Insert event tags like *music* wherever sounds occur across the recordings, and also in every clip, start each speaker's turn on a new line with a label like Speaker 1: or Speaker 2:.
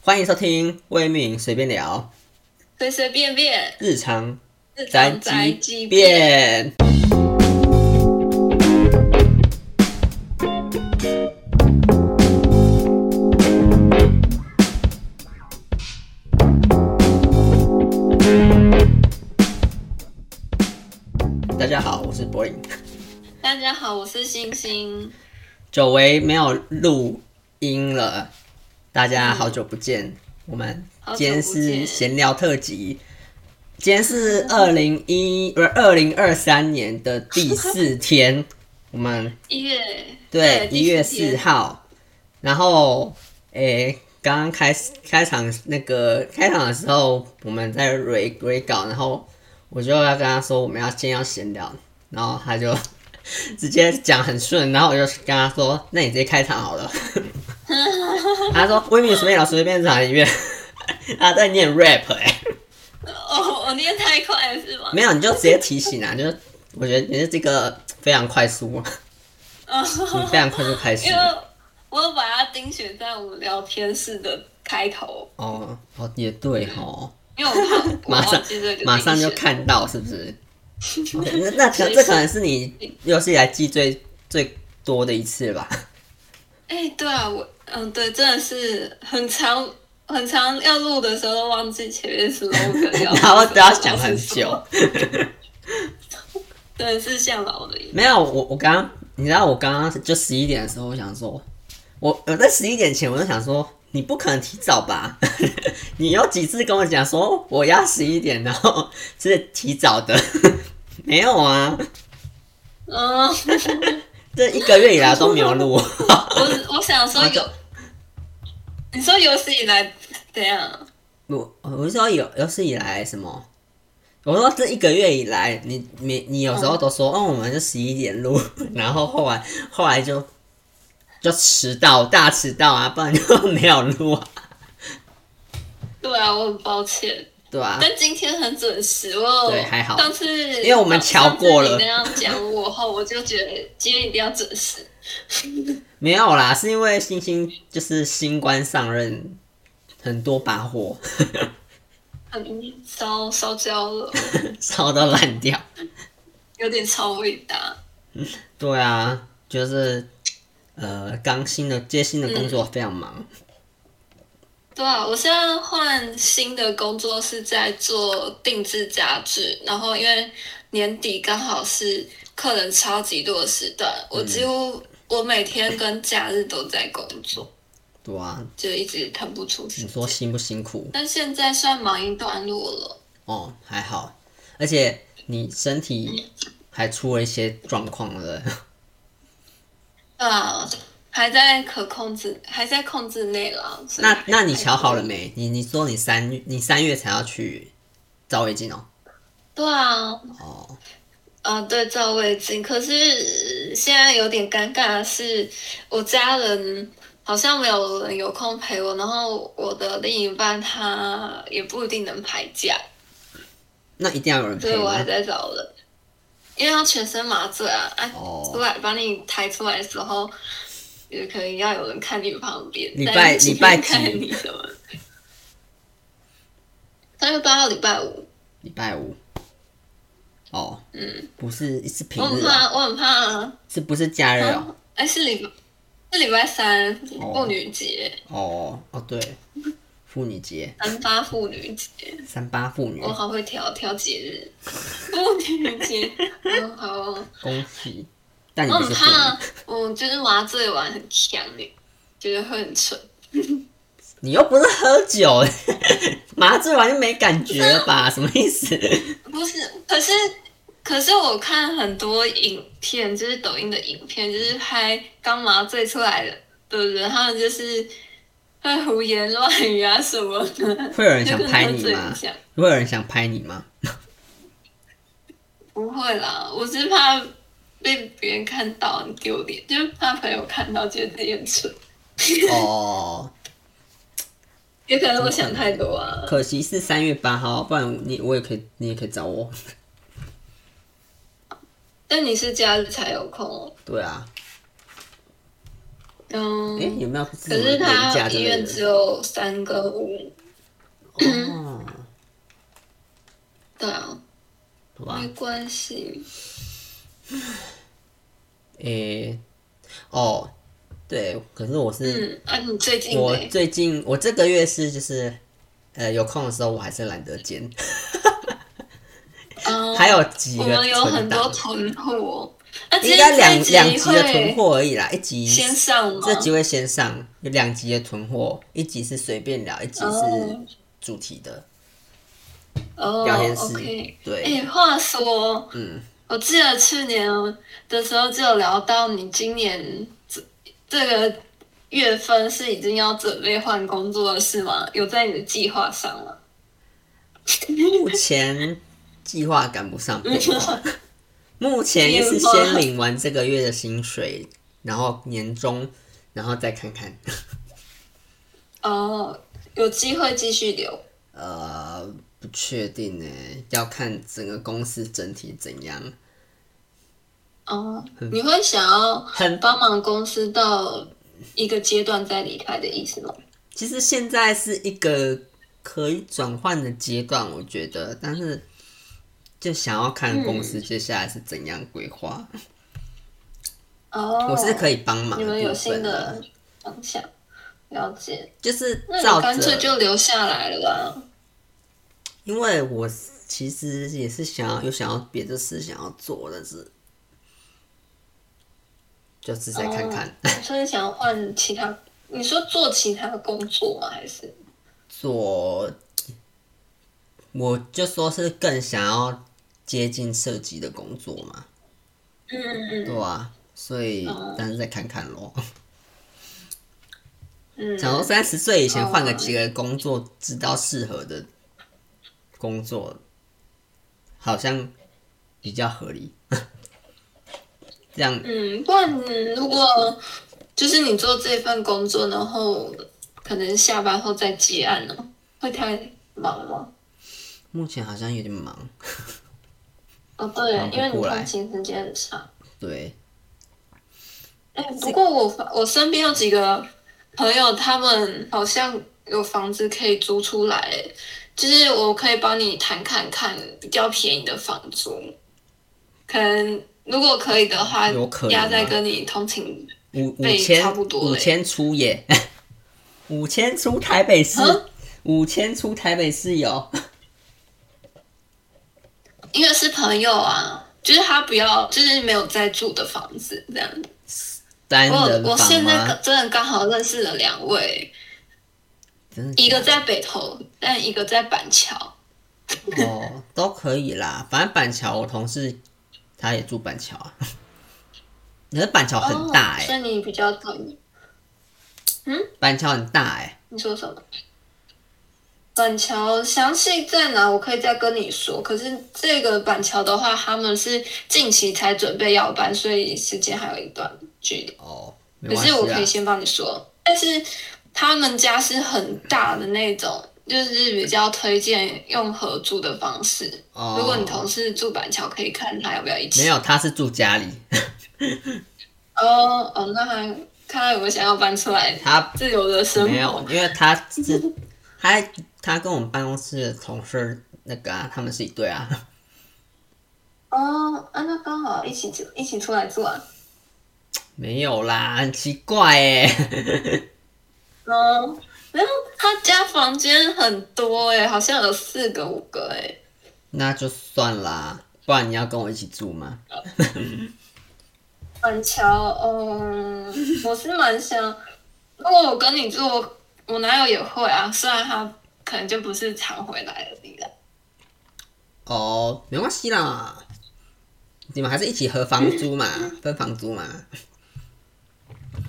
Speaker 1: 欢迎收听《未命随便聊
Speaker 2: 随随便便，
Speaker 1: 日常
Speaker 2: 日
Speaker 1: 宅
Speaker 2: 常宅
Speaker 1: 急
Speaker 2: 急便。
Speaker 1: 便》。大家好，我是博颖。
Speaker 2: 大家好，我是星星。
Speaker 1: 久违没有录音了，大家好久不见。我们
Speaker 2: 好久不
Speaker 1: 今天是
Speaker 2: 见
Speaker 1: 闲聊特辑，今天是二零一不是二零二三年的第四天，我们
Speaker 2: 一月
Speaker 1: 对一月四，
Speaker 2: 第天
Speaker 1: 号，然后诶，刚刚开始开场那个开场的时候，我们在蕊蕊稿，然后我就要跟他说我们要先要闲聊，然后他就 *laughs* 直接讲很顺，然后我就跟他说，那你直接开场
Speaker 2: *laughs*
Speaker 1: 好了。他说微米随便聊随便找音乐， *laughs* 他在念 rap 哎、
Speaker 2: 哦，我 *laughs* 念太快了是吗？
Speaker 1: 没有你就直接提醒啊， *laughs* 就是我觉得你是这个非常快
Speaker 2: *laughs*
Speaker 1: 速，你
Speaker 2: 哦，
Speaker 1: 非常快速开始
Speaker 2: *laughs* 因为我有把它钉选在我们聊天室的开头，
Speaker 1: 哦哦也对哦。
Speaker 2: 因为我怕我
Speaker 1: *laughs* 马上
Speaker 2: 忘记这个
Speaker 1: 马上就
Speaker 2: 钉选。
Speaker 1: 看到，是不是？OK，那那可这可能是你有史以来记最最多的一次吧？
Speaker 2: *laughs* 哎、对啊，我嗯，对，真的是很长很长，要录的时候都忘记前面 slogan，
Speaker 1: *laughs* 然后都要想很久。。
Speaker 2: *laughs* 真的是像老了一样。
Speaker 1: 没有，我我刚刚你知道我刚刚就十一点的时候，我想说，我我在十一点前我就想说，你不可能提早吧？ *laughs* 你有几次跟我讲说我要十一点，然后是提早的， *laughs* 没有啊？
Speaker 2: 嗯。
Speaker 1: 这一个月以来都没有录，
Speaker 2: 我我想说有，你说有史以来怎样？
Speaker 1: 我我是说有有史以来什么？我说这一个月以来，你你你有时候都说，哦，我们就十一点录， *laughs* 然后后来后来就就迟到，大迟到啊，不然就没有录啊，
Speaker 2: 对啊，我很抱歉，
Speaker 1: 对啊，
Speaker 2: 但今天很准时，我有
Speaker 1: 对还好
Speaker 2: 上次因
Speaker 1: 为我们瞧过了
Speaker 2: 你那样讲我后，我就觉得今天一定要准时。
Speaker 1: 没有啦，是因为星星就是新官上任，很多把火 *laughs*
Speaker 2: 嗯，烧烧焦了， *laughs*
Speaker 1: 烧到烂掉，
Speaker 2: 有点超伟大。
Speaker 1: 对啊，就是呃刚新的接新的工作非常忙，
Speaker 2: 对啊，我现在换新的工作是在做定制家具，然后因为年底刚好是客人超级多的时段，我
Speaker 1: 嗯
Speaker 2: 几乎我每天跟假日都在工作，
Speaker 1: 对啊，
Speaker 2: 就一直腾不出时
Speaker 1: 你说
Speaker 2: 间。
Speaker 1: 辛不辛苦？
Speaker 2: 但现在算忙一段落了，
Speaker 1: 哦，还好，而且你身体还出了一些状况了， *laughs*
Speaker 2: 对啊，还在可控制，还在控制内啦。所以
Speaker 1: 那那你瞧好了没？你你说你三月你三月才要去照胃镜哦，
Speaker 2: 对啊，
Speaker 1: 哦，
Speaker 2: 啊，对，照胃镜。可是呃现在有点尴尬的是，我家人好像没有人有空陪我，然后我的另一半他也不一定能排假，
Speaker 1: 那一定要有人
Speaker 2: 所以
Speaker 1: 陪
Speaker 2: 我还
Speaker 1: 吗？
Speaker 2: 在找人，因为要全身麻醉啊，啊，
Speaker 1: 哦
Speaker 2: 出来把你抬出来的时候，也可能要有人看你旁边，
Speaker 1: 礼
Speaker 2: 但
Speaker 1: 拜
Speaker 2: 是
Speaker 1: 礼拜
Speaker 2: 看
Speaker 1: 几
Speaker 2: 你什么？三月八号礼拜五，
Speaker 1: 礼拜五，哦，
Speaker 2: 嗯，
Speaker 1: 不是是平
Speaker 2: 我很
Speaker 1: 日啊，
Speaker 2: 怕，我很怕、啊。
Speaker 1: 是不是假日哦？
Speaker 2: 啊哎、是礼拜是礼拜三
Speaker 1: 哦
Speaker 2: 妇女节，
Speaker 1: 哦哦对，妇女节，
Speaker 2: 三八妇女节，
Speaker 1: 三八妇女
Speaker 2: 我，好会挑挑节日，妇女节，嗯
Speaker 1: *laughs*
Speaker 2: 好哦，
Speaker 1: 恭喜！但你
Speaker 2: 我
Speaker 1: 不
Speaker 2: 很
Speaker 1: 是妇女
Speaker 2: 怕，，我就是麻醉完很强烈，觉得会很蠢，
Speaker 1: 你又不是喝酒， *laughs* 麻醉完就没感觉了
Speaker 2: 啊
Speaker 1: 吧？什么意思？
Speaker 2: 不是，可是。可是我看很多影片，就是抖音的影片，就是拍刚麻醉出来的的人，他们就是会胡言乱语啊什么的，
Speaker 1: 会有人
Speaker 2: 就
Speaker 1: 想
Speaker 2: 跟
Speaker 1: 拍
Speaker 2: 喝
Speaker 1: 你
Speaker 2: 醉
Speaker 1: 吗
Speaker 2: 一？样。
Speaker 1: 会有人想拍你吗？
Speaker 2: 不会啦，我是怕被别人看到很丢脸，就是怕朋友看到觉得自己很蠢，
Speaker 1: 哦，
Speaker 2: 也可能我想太多啊。
Speaker 1: 可惜是三月八号，不然你我也可以，你也可以找我。
Speaker 2: 但你是假日才有空哦，
Speaker 1: 对啊，
Speaker 2: 嗯，
Speaker 1: 哎、有没有自
Speaker 2: 可
Speaker 1: 我
Speaker 2: 是
Speaker 1: 廉
Speaker 2: 他
Speaker 1: 价之
Speaker 2: 医
Speaker 1: 类
Speaker 2: 院
Speaker 1: 的
Speaker 2: 只有三个屋，
Speaker 1: 哦，
Speaker 2: 对啊，
Speaker 1: 好吧
Speaker 2: 没，关系。
Speaker 1: 诶、哦，对，可是我是、
Speaker 2: 嗯，啊，你最近
Speaker 1: 我
Speaker 2: 嘞
Speaker 1: 最近我这个月是就是，呃，有空的时候我还是懒得剪，
Speaker 2: 嗯，
Speaker 1: 还有几
Speaker 2: 我
Speaker 1: 个
Speaker 2: 们有很
Speaker 1: 存
Speaker 2: 多
Speaker 1: 档，
Speaker 2: 囤货，那今
Speaker 1: 应
Speaker 2: 天
Speaker 1: 该
Speaker 2: 这
Speaker 1: 两
Speaker 2: 一集
Speaker 1: 两集的囤
Speaker 2: 会
Speaker 1: 货而已啦，一集
Speaker 2: 先上吗？
Speaker 1: 这集会先上，有两集的囤货，一集是随便聊，一集
Speaker 2: 哦
Speaker 1: 是主题的，
Speaker 2: 哦
Speaker 1: 聊天室
Speaker 2: ，OK。
Speaker 1: 对，
Speaker 2: 哎、话说，
Speaker 1: 嗯，
Speaker 2: 我记得去年的时候就有聊到你今年这这个月份是已经要准备换工作了，是吗？有在你的计划上吗？
Speaker 1: 目前计划赶不上变化，目前是先领完这个月的薪水，然后年终，然后再看看，
Speaker 2: 哦，有机会继续留。
Speaker 1: 呃，不确定呢，要看整个公司整体怎样，
Speaker 2: 哦，
Speaker 1: 嗯
Speaker 2: 你会想要
Speaker 1: 很
Speaker 2: 帮忙公司到一个阶段再离开的意思吗？
Speaker 1: 其实现在是一个可以转换的阶段，我觉得，但是就想要看公
Speaker 2: 嗯
Speaker 1: 司接下来是怎样规划。
Speaker 2: 哦，
Speaker 1: 我是可以帮忙
Speaker 2: 你
Speaker 1: 的
Speaker 2: 们有
Speaker 1: 部
Speaker 2: 新
Speaker 1: 分啊
Speaker 2: 的方向，了解。
Speaker 1: 就是
Speaker 2: 那
Speaker 1: 照
Speaker 2: 你干脆
Speaker 1: 着，
Speaker 2: 就留下来了吧。
Speaker 1: 因为我其实也是想要有想要别的事想要做，但是就是再看看、
Speaker 2: 哦、所以想要换其他，你说做其他工作吗？还是
Speaker 1: 做，我就说是更想要接近设计的工作嘛，
Speaker 2: 嗯嗯
Speaker 1: 对啊？所以
Speaker 2: 哦
Speaker 1: 但是再看看咯。
Speaker 2: 嗯
Speaker 1: 想说三十岁以前换个几个工作，知道适合的工作，好像比较合理。 *laughs* 这样
Speaker 2: 嗯，不然如果就是你做这份工作，然后可能下班后再接案呢，会太忙吗？
Speaker 1: 目前好像有点忙，
Speaker 2: 哦，对
Speaker 1: 忙，不
Speaker 2: 因为你
Speaker 1: 过来
Speaker 2: 通勤时间很长。
Speaker 1: 对，
Speaker 2: 哎、不过我发我身边有几个朋友，他们好像有房子可以租出来，就是我可以帮你谈看看比较便宜的房租，可能如果可以的话
Speaker 1: 有可，能啊吗
Speaker 2: 压在跟你通勤
Speaker 1: 五五
Speaker 2: 对
Speaker 1: 千
Speaker 2: 差不多
Speaker 1: 五
Speaker 2: 嘞
Speaker 1: 千出耶，五千出台北市
Speaker 2: 啊，
Speaker 1: 五千出台北市有，
Speaker 2: 因为是朋友啊，就是他不要，就是没有在住的房子这样。
Speaker 1: 单
Speaker 2: 我
Speaker 1: 人
Speaker 2: 我
Speaker 1: 房
Speaker 2: 现在
Speaker 1: 吗？
Speaker 2: 真的刚好认识了两位，
Speaker 1: 真的
Speaker 2: 一个
Speaker 1: 假
Speaker 2: 在北投，但一个在板桥。
Speaker 1: 的哦，都可以啦。反正板桥，我同事他也住板桥啊，可是板桥很大哎、
Speaker 2: 哦，所以你比较懂。
Speaker 1: 板桥很大哎、
Speaker 2: 你说什么？板桥详细在哪？我可以再跟你说。可是这个板桥的话，他们是近期才准备要搬，所以时间还有一段距离。
Speaker 1: 哦，没
Speaker 2: 可
Speaker 1: 关系
Speaker 2: 是我可以
Speaker 1: 啦。
Speaker 2: 先帮你说，但是他们家是很大的那种，就是比较推荐用合租的方式。
Speaker 1: 哦
Speaker 2: 如果你同事住板桥，可以看他要不要一起。
Speaker 1: 没有，他是住家里，
Speaker 2: 哦哦，那还看他有没有想要搬出来
Speaker 1: 他
Speaker 2: 自由的生活。
Speaker 1: 啊没有，因为他是他他跟我们办公室的同事那个啊，他们是一对啊。
Speaker 2: 哦，啊，那刚好一起住，一起出来住啊。
Speaker 1: 没有啦，很奇怪哎、
Speaker 2: 哦，没有，他家房间很多哎、好像有四个五个哎、
Speaker 1: *laughs* 那就算啦，不然你要跟我一起住吗？
Speaker 2: 板桥，嗯，我是蛮想，如果我跟你住，我我男友也会啊，虽然他可能就不是常回来而已啦。
Speaker 1: 哦，没关系啦，你们还是一起合房租嘛，分房租嘛。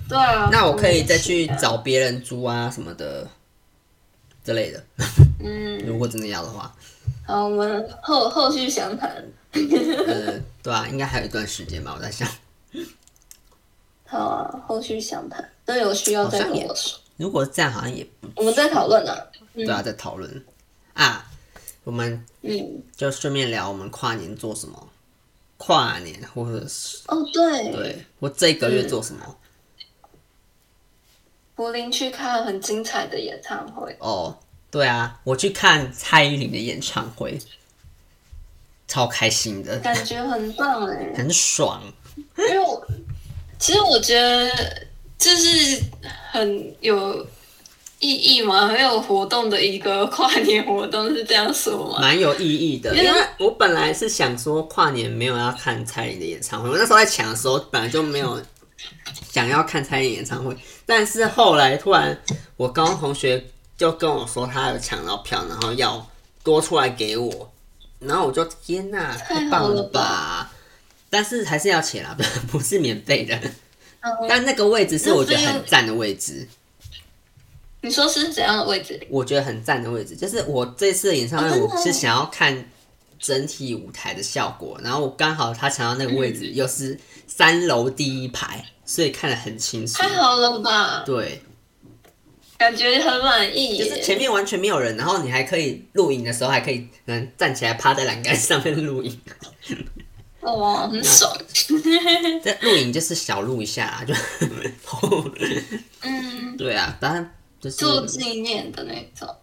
Speaker 2: 对啊，
Speaker 1: 那我可以
Speaker 2: 们
Speaker 1: 再
Speaker 2: 一
Speaker 1: 去
Speaker 2: 起啊。
Speaker 1: 找别人租啊什么的之类的，
Speaker 2: 嗯，
Speaker 1: 如果真的要的话。
Speaker 2: 好，我们后后续详谈。
Speaker 1: 呃，对啊，应该还有一段时间吧，我在想。
Speaker 2: 好啊，后续详谈，那有需要再跟我说，
Speaker 1: 如果是这样，好像也不
Speaker 2: 我们再讨论啊。
Speaker 1: 对啊，在讨论啊。我们
Speaker 2: 嗯，
Speaker 1: 就顺便聊我们跨年做什么，跨年或者是
Speaker 2: 哦，对，
Speaker 1: 对，或这个月做什么。
Speaker 2: 柏林去看很精彩的演唱会，
Speaker 1: 哦，对啊，我去看蔡依林的演唱会，超开心的，
Speaker 2: 感觉很棒哎、
Speaker 1: 很爽。
Speaker 2: 因为我其实我觉得就是很有意义嘛，很有活动的一个跨年活动是这样说吗？
Speaker 1: 蛮有意义啊的，因
Speaker 2: 因为
Speaker 1: 为我本来是想说跨年没有要看蔡依林的演唱会，我那时候在抢的时候本来就没有想要看蔡依林演唱会，但是后来突然我高中同学就跟我说他有抢到票，然后要多出来给我，然后我就天哪、太棒了
Speaker 2: 太好
Speaker 1: 吧！但是还是要钱啦， *laughs* 不是免费的。
Speaker 2: 嗯
Speaker 1: 但那个位置是我觉得很赞的位置，
Speaker 2: 你说是怎样的位置？
Speaker 1: 我觉得很赞的位置，就是我这次的演唱
Speaker 2: 哦
Speaker 1: 会，
Speaker 2: 真的
Speaker 1: 我是想要看整体舞台的效果，然后我刚好他抢到那个位
Speaker 2: 嗯
Speaker 1: 置，又是三楼第一排，所以看得很清楚
Speaker 2: 太。好了吧，
Speaker 1: 对，
Speaker 2: 感觉很满意
Speaker 1: 就
Speaker 2: 耶。
Speaker 1: 是前面完全没有人，然后你还可以录影的时候还可以，嗯，站起来趴在栏杆上面录
Speaker 2: *laughs*
Speaker 1: 影。
Speaker 2: 哇，很爽。
Speaker 1: 这录影就是小录一下啊，就 *laughs*
Speaker 2: 嗯，
Speaker 1: 对啊，当然就是
Speaker 2: 做纪念的那种。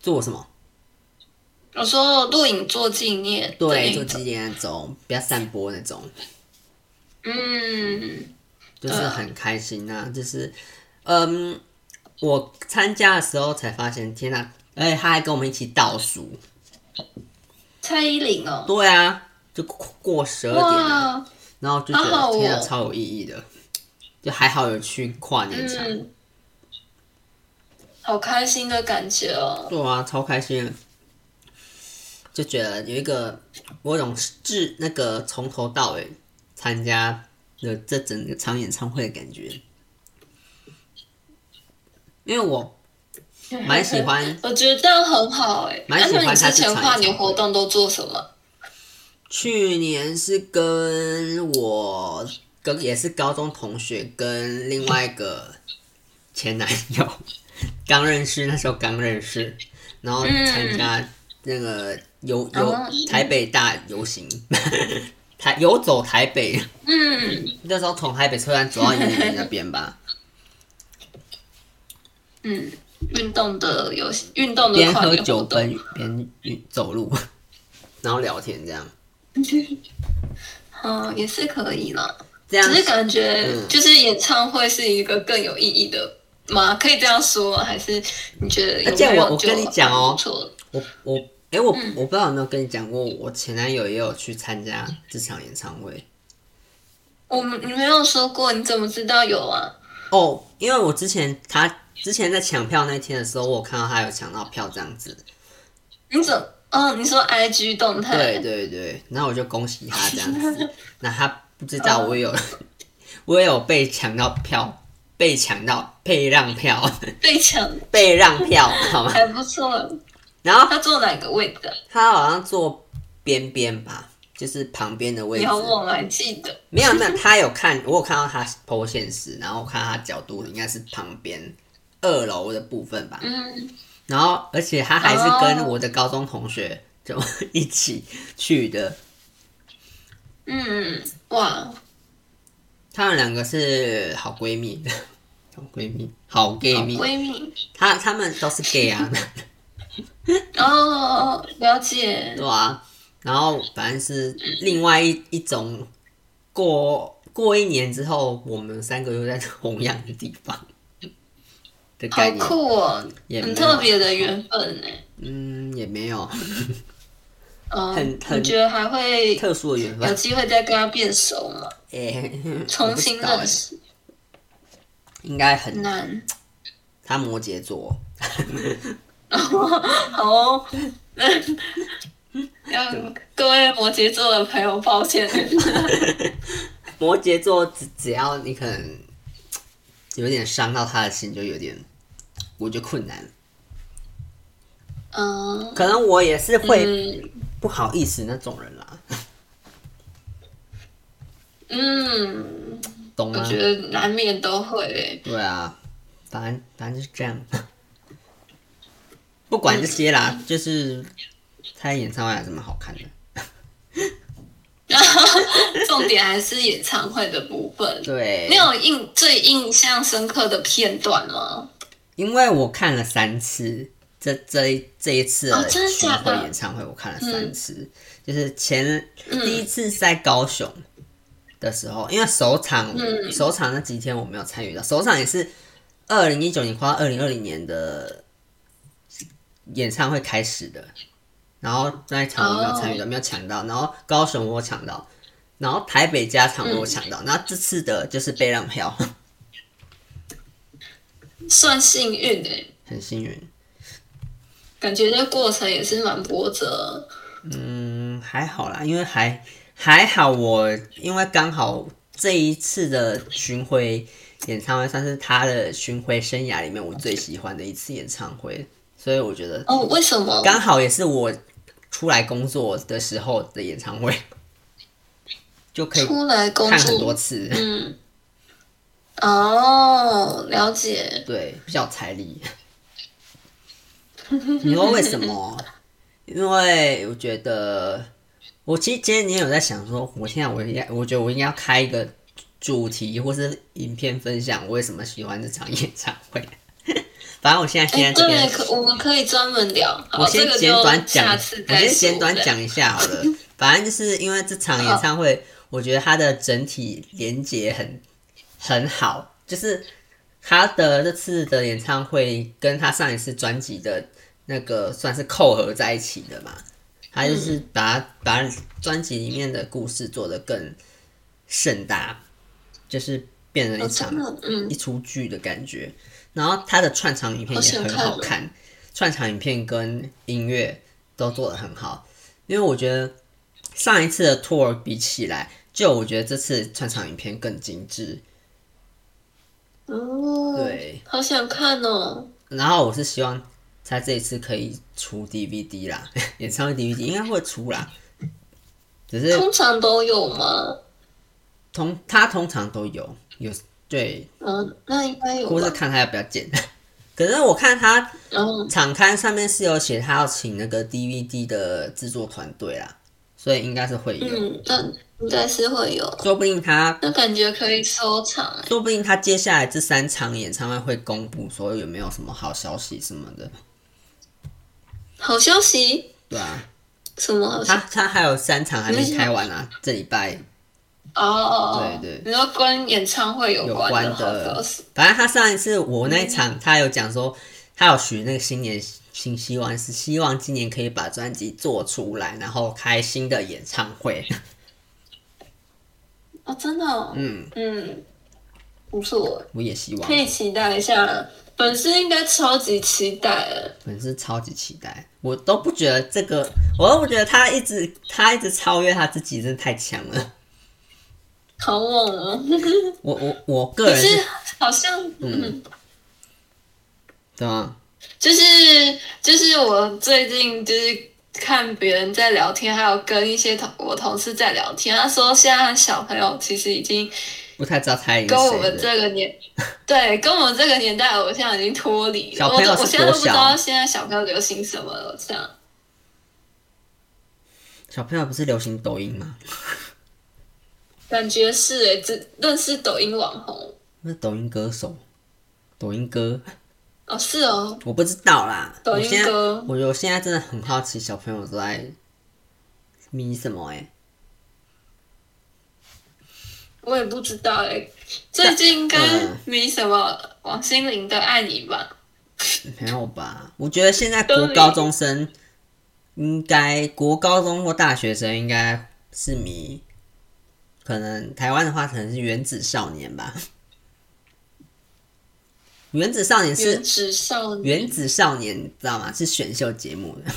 Speaker 1: 做什么？
Speaker 2: 我说录影做纪念的
Speaker 1: 对，
Speaker 2: 那
Speaker 1: 做
Speaker 2: 种。
Speaker 1: 纪念那种，不要散播那种。
Speaker 2: 嗯，
Speaker 1: 就是
Speaker 2: 对啊
Speaker 1: 很开心呐、就是，嗯，我参加的时候才发现，天呐、而且他还跟我们一起倒数，
Speaker 2: 蔡依林哦，
Speaker 1: 对啊，就过过十二点啊了，
Speaker 2: 哇，
Speaker 1: 然后就觉
Speaker 2: 好好
Speaker 1: 得
Speaker 2: 哦
Speaker 1: 天啊，超有意义的，就还好有去跨年场，
Speaker 2: 嗯，好开心的感觉哦。
Speaker 1: 对啊，超开心的，就觉得有一个我有种至那个从头到尾参加的这整个场演唱会的感觉，因为我蛮喜欢。
Speaker 2: 我觉得这样很好哎、
Speaker 1: 蛮喜
Speaker 2: 那
Speaker 1: 欢
Speaker 2: 你
Speaker 1: 他
Speaker 2: 之
Speaker 1: 这
Speaker 2: 前
Speaker 1: 场
Speaker 2: 跨
Speaker 1: 演唱
Speaker 2: 年
Speaker 1: 会
Speaker 2: 活动都做什么？
Speaker 1: 去年是跟我跟也是高中同学跟另外一个前男友刚认识，那时候刚认识，然后参加那个游游
Speaker 2: 哦
Speaker 1: 台北大游行，台游走台北，
Speaker 2: 嗯
Speaker 1: 那时候从台北车站走到云林那边
Speaker 2: *laughs*
Speaker 1: 吧，
Speaker 2: 嗯，运动的游戏，运动的
Speaker 1: 边
Speaker 2: 跨
Speaker 1: 喝
Speaker 2: 年活
Speaker 1: 酒
Speaker 2: 动，
Speaker 1: 边边运走路，然后聊天这样，
Speaker 2: *laughs* 嗯，也是可以啦。
Speaker 1: 这样
Speaker 2: 只是感觉
Speaker 1: 嗯
Speaker 2: 就是演唱会是一个更有意义的吗？可以这样说吗？还是你觉得有
Speaker 1: 而且我
Speaker 2: 没有
Speaker 1: 我
Speaker 2: 就
Speaker 1: 跟你讲哦
Speaker 2: 不错
Speaker 1: 我我哎、我我不知道有没有跟你讲过，我前男友也有去参加这场演唱会
Speaker 2: 我们你没有说过，你怎么知道有啊？
Speaker 1: 哦，因为我之前他之前在抢票那天的时候，我有看到他有抢到票这样子，
Speaker 2: 你怎哦？你说 I G 动态？
Speaker 1: 对对对，然后我就恭喜他这样子，那他不知道我也有我也有被抢到票，被抢到被让票
Speaker 2: 被抢
Speaker 1: 被让票，好
Speaker 2: *laughs*
Speaker 1: 吗？
Speaker 2: 还不错。
Speaker 1: 然后
Speaker 2: 他坐哪个位置、啊？
Speaker 1: 他好像坐边边吧，就是旁边的位
Speaker 2: 你
Speaker 1: 置，
Speaker 2: 要问我还记得。
Speaker 1: 没有没有，他有看，我有看到他剖现实，然后我看到他角度应该是旁边二楼的部分吧。
Speaker 2: 嗯，
Speaker 1: 然后而且他还是跟我的高中同学就一起去的，
Speaker 2: 嗯，哇，
Speaker 1: 他们两个是好闺蜜， *laughs* 好闺蜜，好 gay
Speaker 2: 好
Speaker 1: 蜜，
Speaker 2: 闺蜜
Speaker 1: 他他们都是 gay 啊， *laughs*
Speaker 2: 哦，了解
Speaker 1: 对啊。然后反正是另外一一种过过一年之后，我们三个又在同样的地方的概
Speaker 2: 好
Speaker 1: 念，
Speaker 2: 酷哦，
Speaker 1: 也没
Speaker 2: 很
Speaker 1: 有
Speaker 2: 特别的缘分哎。
Speaker 1: 嗯，也没有
Speaker 2: 哦，
Speaker 1: 很很
Speaker 2: 你觉得还
Speaker 1: *laughs*
Speaker 2: 会
Speaker 1: 特殊的缘
Speaker 2: 有
Speaker 1: 分。 *laughs* 哎
Speaker 2: 机会再跟他变熟吗？
Speaker 1: 诶，
Speaker 2: 重新认识
Speaker 1: 哎应该很
Speaker 2: 难
Speaker 1: 他摩羯座， *laughs*
Speaker 2: 哦。要各位摩羯座的朋友，抱
Speaker 1: *laughs*
Speaker 2: 歉，
Speaker 1: 摩羯座只只要你可能有点伤到他的心，就有点我觉得困难。
Speaker 2: 嗯，
Speaker 1: 可能我也是会
Speaker 2: 嗯
Speaker 1: 不好意思那种人啦，
Speaker 2: 嗯，
Speaker 1: 懂
Speaker 2: 我
Speaker 1: 吗？
Speaker 2: 觉得难免都会欸。
Speaker 1: 对啊，反正反正就是这样。不管这些啦，就是开演唱会有什么好看的？
Speaker 2: 重点还是演唱会的部分。
Speaker 1: 对
Speaker 2: 你，有印最印象深刻的片段吗？
Speaker 1: 因为我看了三次，这这一这一次
Speaker 2: 哦
Speaker 1: 的
Speaker 2: 真的
Speaker 1: 巡
Speaker 2: 假
Speaker 1: 回
Speaker 2: 的嗯
Speaker 1: 演唱会，我看了三次，就是前第一次是在高雄的时候，因为首场、
Speaker 2: 嗯
Speaker 1: 首场那几天我没有参与到，首场也是二零一九年跨二零二零年的演唱会开始的，然后那一场我没有
Speaker 2: 哦
Speaker 1: 参与到，没有抢到，然后高雄我有抢到，然后台北加场我有抢
Speaker 2: 嗯
Speaker 1: 到，那、这次的就是被让票，
Speaker 2: 算幸运诶、
Speaker 1: 很幸运，
Speaker 2: 感觉这过程也是蛮波折。
Speaker 1: 嗯，还好啦，因为还还好我因为刚好这一次的巡回演唱会算是他的巡回生涯里面我最喜欢的一次演唱会，所以我觉得
Speaker 2: 哦，为什么？
Speaker 1: 刚好也是我出来工作的时候的演唱会，就可以
Speaker 2: 出来工
Speaker 1: 看很多
Speaker 2: 作，
Speaker 1: 次，
Speaker 2: 嗯，哦，了解。
Speaker 1: 对，比较有财
Speaker 2: *laughs*
Speaker 1: 力。你说为什么？因为我觉得，我其实今天也有在想说，我现在我应该，我觉得我应该要开一个主题或是影片分享，我为什么喜欢这场演唱会。反正我现在
Speaker 2: 哎、
Speaker 1: 现在这边
Speaker 2: 对，可我们可以专门聊。好
Speaker 1: 我先
Speaker 2: 哦这个就
Speaker 1: 简短讲，
Speaker 2: 下次
Speaker 1: 我
Speaker 2: 再
Speaker 1: 先
Speaker 2: 说哦
Speaker 1: 简短。讲一下好了。反正就是因为这场演唱会，我觉得它的整体连接很很好，就是他的这次的演唱会跟他上一次专辑的那个算是扣合在一起的嘛。他就是
Speaker 2: 嗯
Speaker 1: 把、把专辑里面的故事做得更盛大，就是变成
Speaker 2: 哦
Speaker 1: 一场
Speaker 2: 真的，嗯，
Speaker 1: 一出剧的感觉。然后它的串场影片也很好
Speaker 2: 好想哦
Speaker 1: 看，串场影片跟音乐都做得很好。因为我觉得上一次的 tour 比起来，就我觉得这次串场影片更精致。
Speaker 2: 哦，，
Speaker 1: 对，
Speaker 2: 好想看哦。
Speaker 1: 然后我是希望他这一次可以出 DVD 啦， *laughs* 演唱会 DVD 应该会出啦，只是
Speaker 2: 通常都有吗？
Speaker 1: 通他通常都有有对，
Speaker 2: 嗯，那应该有
Speaker 1: 或是
Speaker 2: 吧。哦
Speaker 1: 看他要不要剪。 *laughs* 可是我看他
Speaker 2: 然后，
Speaker 1: 场刊上面是有写他要请那个 DVD 的制作团队啦，所以应该是会有，
Speaker 2: 嗯，那应该是会有。
Speaker 1: 说不定他，
Speaker 2: 那感觉可以收藏哎、
Speaker 1: 说不定他接下来这三场演唱会会公布说有没有什么好消息什么的，
Speaker 2: 好消息？
Speaker 1: 对啊，
Speaker 2: 什么好消
Speaker 1: 他
Speaker 2: 息？
Speaker 1: 他还有三场还
Speaker 2: 你
Speaker 1: 没
Speaker 2: 是
Speaker 1: 开完啊，这礼拜，
Speaker 2: 哦哦，哦
Speaker 1: 对对
Speaker 2: 你说跟演唱会有关
Speaker 1: 有
Speaker 2: 的
Speaker 1: 关的
Speaker 2: 好消息？
Speaker 1: 反正他上一次我那一场他有讲说他有许那个新年新希望，是希望今年可以把专辑做出来，然后开新的演唱会， *laughs*
Speaker 2: 哦，真的、哦，
Speaker 1: 嗯，
Speaker 2: 嗯，不错，
Speaker 1: 我也希望
Speaker 2: 可。以期待一下。粉丝应该超级期待了，
Speaker 1: 粉丝超级期待，我都不觉得这个，我都不觉得他一直他一直超越他自己，真的太强了。
Speaker 2: 好猛哦！
Speaker 1: 我我我个
Speaker 2: 可
Speaker 1: 人
Speaker 2: 是
Speaker 1: 是
Speaker 2: 好像，嗯，
Speaker 1: 对啊吗？
Speaker 2: 就是就是我最近就是看别人在聊天，还有跟一些同我同事在聊天，他说现在小朋友其实已经
Speaker 1: 不太知道蔡依林
Speaker 2: 跟我
Speaker 1: 是谁的，
Speaker 2: 们这个年，对，跟我们这个年代的偶像已经脱离了。
Speaker 1: 小朋友
Speaker 2: 我
Speaker 1: 是
Speaker 2: 我现在都
Speaker 1: 多
Speaker 2: 不知
Speaker 1: 小
Speaker 2: 道现在小朋友流行什么了，这样。
Speaker 1: 小朋友不是流行抖音吗？
Speaker 2: 感觉是诶、只认识抖音网红
Speaker 1: 那是抖音歌手，抖音歌，
Speaker 2: 哦，是哦，
Speaker 1: 我不知道啦。
Speaker 2: 抖
Speaker 1: 我
Speaker 2: 音
Speaker 1: 现在
Speaker 2: 歌
Speaker 1: 我我现在真的很好奇，小朋友都在迷什么、欸？哎，
Speaker 2: 我也不知道诶、最近应该
Speaker 1: 嗯
Speaker 2: 迷什么王心凌的《爱你》吧？
Speaker 1: 没有吧？我觉得现在国高中生应该国高中或大学生应该是迷，可能台湾的话可能是原子少年吧。 *laughs* 原子少年
Speaker 2: 原
Speaker 1: 是
Speaker 2: 子少女，
Speaker 1: 原子少年，你知道吗？是选秀节目的，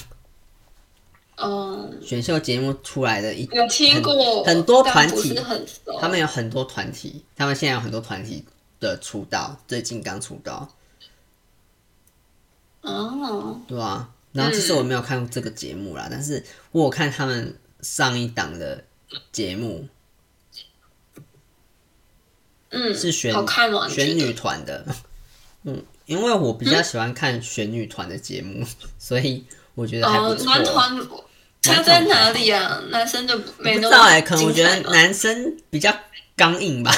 Speaker 1: *laughs*
Speaker 2: 嗯，
Speaker 1: 选秀节目出来的一，
Speaker 2: 有听过
Speaker 1: 很很多团体
Speaker 2: 但不是很熟。
Speaker 1: 他们有很多团体，他们现在有很多团体的出道，最近刚出道，
Speaker 2: 哦，
Speaker 1: 对啊，然后其实我没有看过这个节目啦，但是我有看他们上一档的节目
Speaker 2: 嗯，
Speaker 1: 是选
Speaker 2: 好看吗？
Speaker 1: 选
Speaker 2: 你觉
Speaker 1: 女
Speaker 2: 得
Speaker 1: 团的，嗯，因为我比较喜欢看选女团的节目，所以我觉得还不
Speaker 2: 哦，
Speaker 1: 错。
Speaker 2: 男团差在哪里啊？男生就没
Speaker 1: 不知
Speaker 2: 那
Speaker 1: 道
Speaker 2: 么
Speaker 1: 哎、可能我觉
Speaker 2: 精
Speaker 1: 得
Speaker 2: 彩吗
Speaker 1: 男生比较刚硬吧。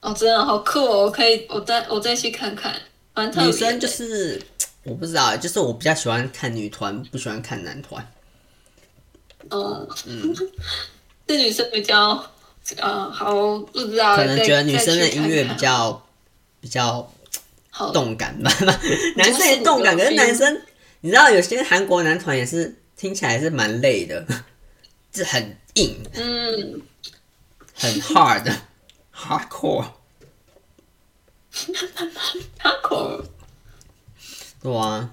Speaker 2: 哦，真的好酷哦！我可以，我再我再去看看，蛮特别的。
Speaker 1: 女生就是我不知道欸，就是我比较喜欢看女团，不喜欢看男团。
Speaker 2: 嗯， *laughs* 是女生比较，嗯，好，不知道，
Speaker 1: 可能
Speaker 2: 再
Speaker 1: 觉得女生的
Speaker 2: 再去
Speaker 1: 音
Speaker 2: 看
Speaker 1: 乐比
Speaker 2: 看
Speaker 1: 较比较
Speaker 2: 好
Speaker 1: 动感 *laughs* 吧，男生也动感，可是男生你知道有些韩国男团也是听起来是蛮累的， *laughs* 是很硬、
Speaker 2: 嗯，
Speaker 1: 很 hard、hardcore。
Speaker 2: 哈口，
Speaker 1: 对啊，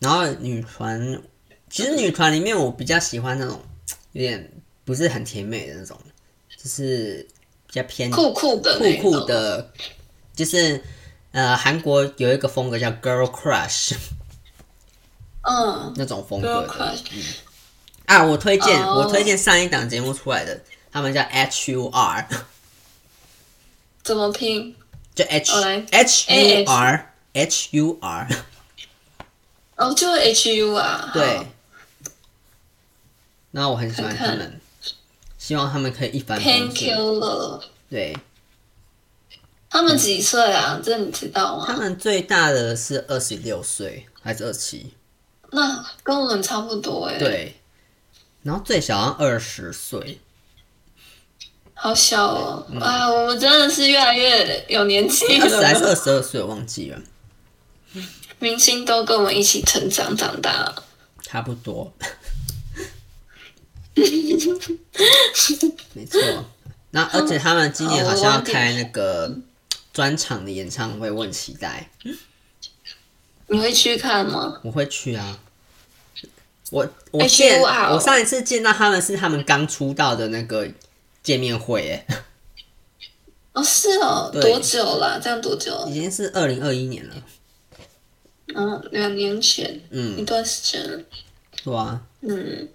Speaker 1: 然后女团，其实女团里面我比较喜欢那种有点不是很甜美的那种，就是比较偏
Speaker 2: 酷酷的，
Speaker 1: 嗯酷酷，的，就是呃韩国有一个风格叫 girl crush *laughs*
Speaker 2: 嗯
Speaker 1: 那种风格
Speaker 2: ，girl
Speaker 1: 的
Speaker 2: crush，
Speaker 1: 啊，我推荐、
Speaker 2: 哦
Speaker 1: 我推荐上一档节目出来的，他们叫 H U R，
Speaker 2: 怎么拼？
Speaker 1: 就 H、
Speaker 2: 我来
Speaker 1: H U R H U R， *laughs*
Speaker 2: 哦，就是 H U 啊，
Speaker 1: 对
Speaker 2: 好，。
Speaker 1: 那我很喜欢他
Speaker 2: 看
Speaker 1: 们，希望他们可以一帆风顺。
Speaker 2: ，Painkiller，
Speaker 1: 对
Speaker 2: 他们几岁啊？这你知道
Speaker 1: 嗯他
Speaker 2: 吗？
Speaker 1: 们最大的是二十六岁还是二七？
Speaker 2: 那跟我们差不多哎，，
Speaker 1: 对，然后最小好像二十岁。
Speaker 2: 好小哦，
Speaker 1: 嗯
Speaker 2: 啊，我们真的是越来越有年纪
Speaker 1: *laughs* 二十还是
Speaker 2: 了，
Speaker 1: 二十二岁，我忘记了，
Speaker 2: 明星都跟我们一起成长长大了。
Speaker 1: 差不多。没错，那而且他们今年好像要开那个专场的演唱会，我很期待，
Speaker 2: 你会去看吗？
Speaker 1: 我会去啊。我我
Speaker 2: H U 哎 R 哦
Speaker 1: 见我上一次见到他们是他们刚出道的那个见面会，哎，
Speaker 2: 哦，是哦，
Speaker 1: 对
Speaker 2: 多久了？这样多久？
Speaker 1: 已经是二零二一年了，
Speaker 2: 嗯，两年前，一
Speaker 1: 嗯，
Speaker 2: 段时间了。
Speaker 1: 对啊，
Speaker 2: 嗯，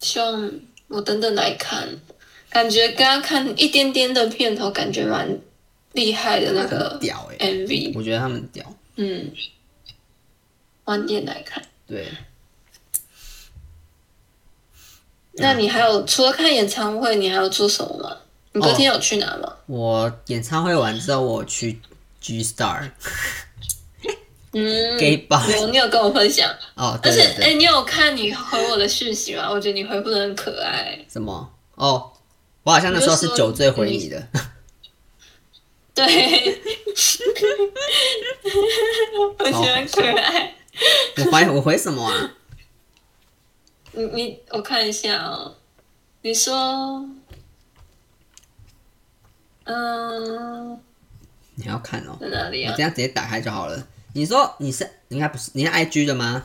Speaker 2: 希望我等等来看，感觉刚刚看一点点的片头，感觉蛮厉害的那
Speaker 1: 很
Speaker 2: 个
Speaker 1: 屌哎、
Speaker 2: MV。
Speaker 1: 我觉得他们屌，
Speaker 2: 嗯，晚点来看。
Speaker 1: 对，
Speaker 2: 那你还有除了看演唱会，你还有做什么吗？你隔天有去哪吗？
Speaker 1: 我演唱会完之后，我去 G Star
Speaker 2: 嗯，
Speaker 1: gay bar
Speaker 2: 有你有跟我分享，
Speaker 1: 哦，对
Speaker 2: 而且
Speaker 1: 对
Speaker 2: 哎、
Speaker 1: 对，
Speaker 2: 你有看你回我的讯息吗？我觉得你回复的很可爱。
Speaker 1: 什么？哦，我好像那时候是酒醉回你的，
Speaker 2: 对， *laughs* 我觉得很可爱。
Speaker 1: 我怀 *laughs* 我回什么啊？
Speaker 2: 你你，我看一下哦。你说，嗯，
Speaker 1: 你还要看哦，
Speaker 2: 在哪里
Speaker 1: 我
Speaker 2: 啊
Speaker 1: 等一？下直接打开就好了。你说你是应该不是你是 IG 的吗？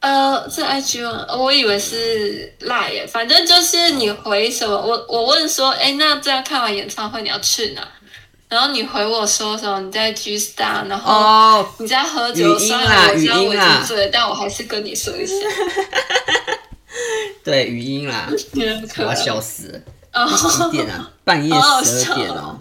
Speaker 2: 呃，是 IG 吗？我以为是 Line，耶反正就是你回什么，我我问说，哎，那这样看完演唱会你要去哪？然后你回我说什么？你在 G Star，然后
Speaker 1: 哦，
Speaker 2: 你在喝酒，
Speaker 1: 语音
Speaker 2: 虽
Speaker 1: 啦
Speaker 2: 然我知道
Speaker 1: 语音
Speaker 2: 我已
Speaker 1: 啦
Speaker 2: 经醉了，但我还是跟你说一下，
Speaker 1: 对，语音啦，
Speaker 2: 你很
Speaker 1: 我
Speaker 2: 可
Speaker 1: 要
Speaker 2: 爱。
Speaker 1: 笑死了，
Speaker 2: 哦
Speaker 1: 几点啊？半夜
Speaker 2: 好好
Speaker 1: 十
Speaker 2: 笑
Speaker 1: 二点哦。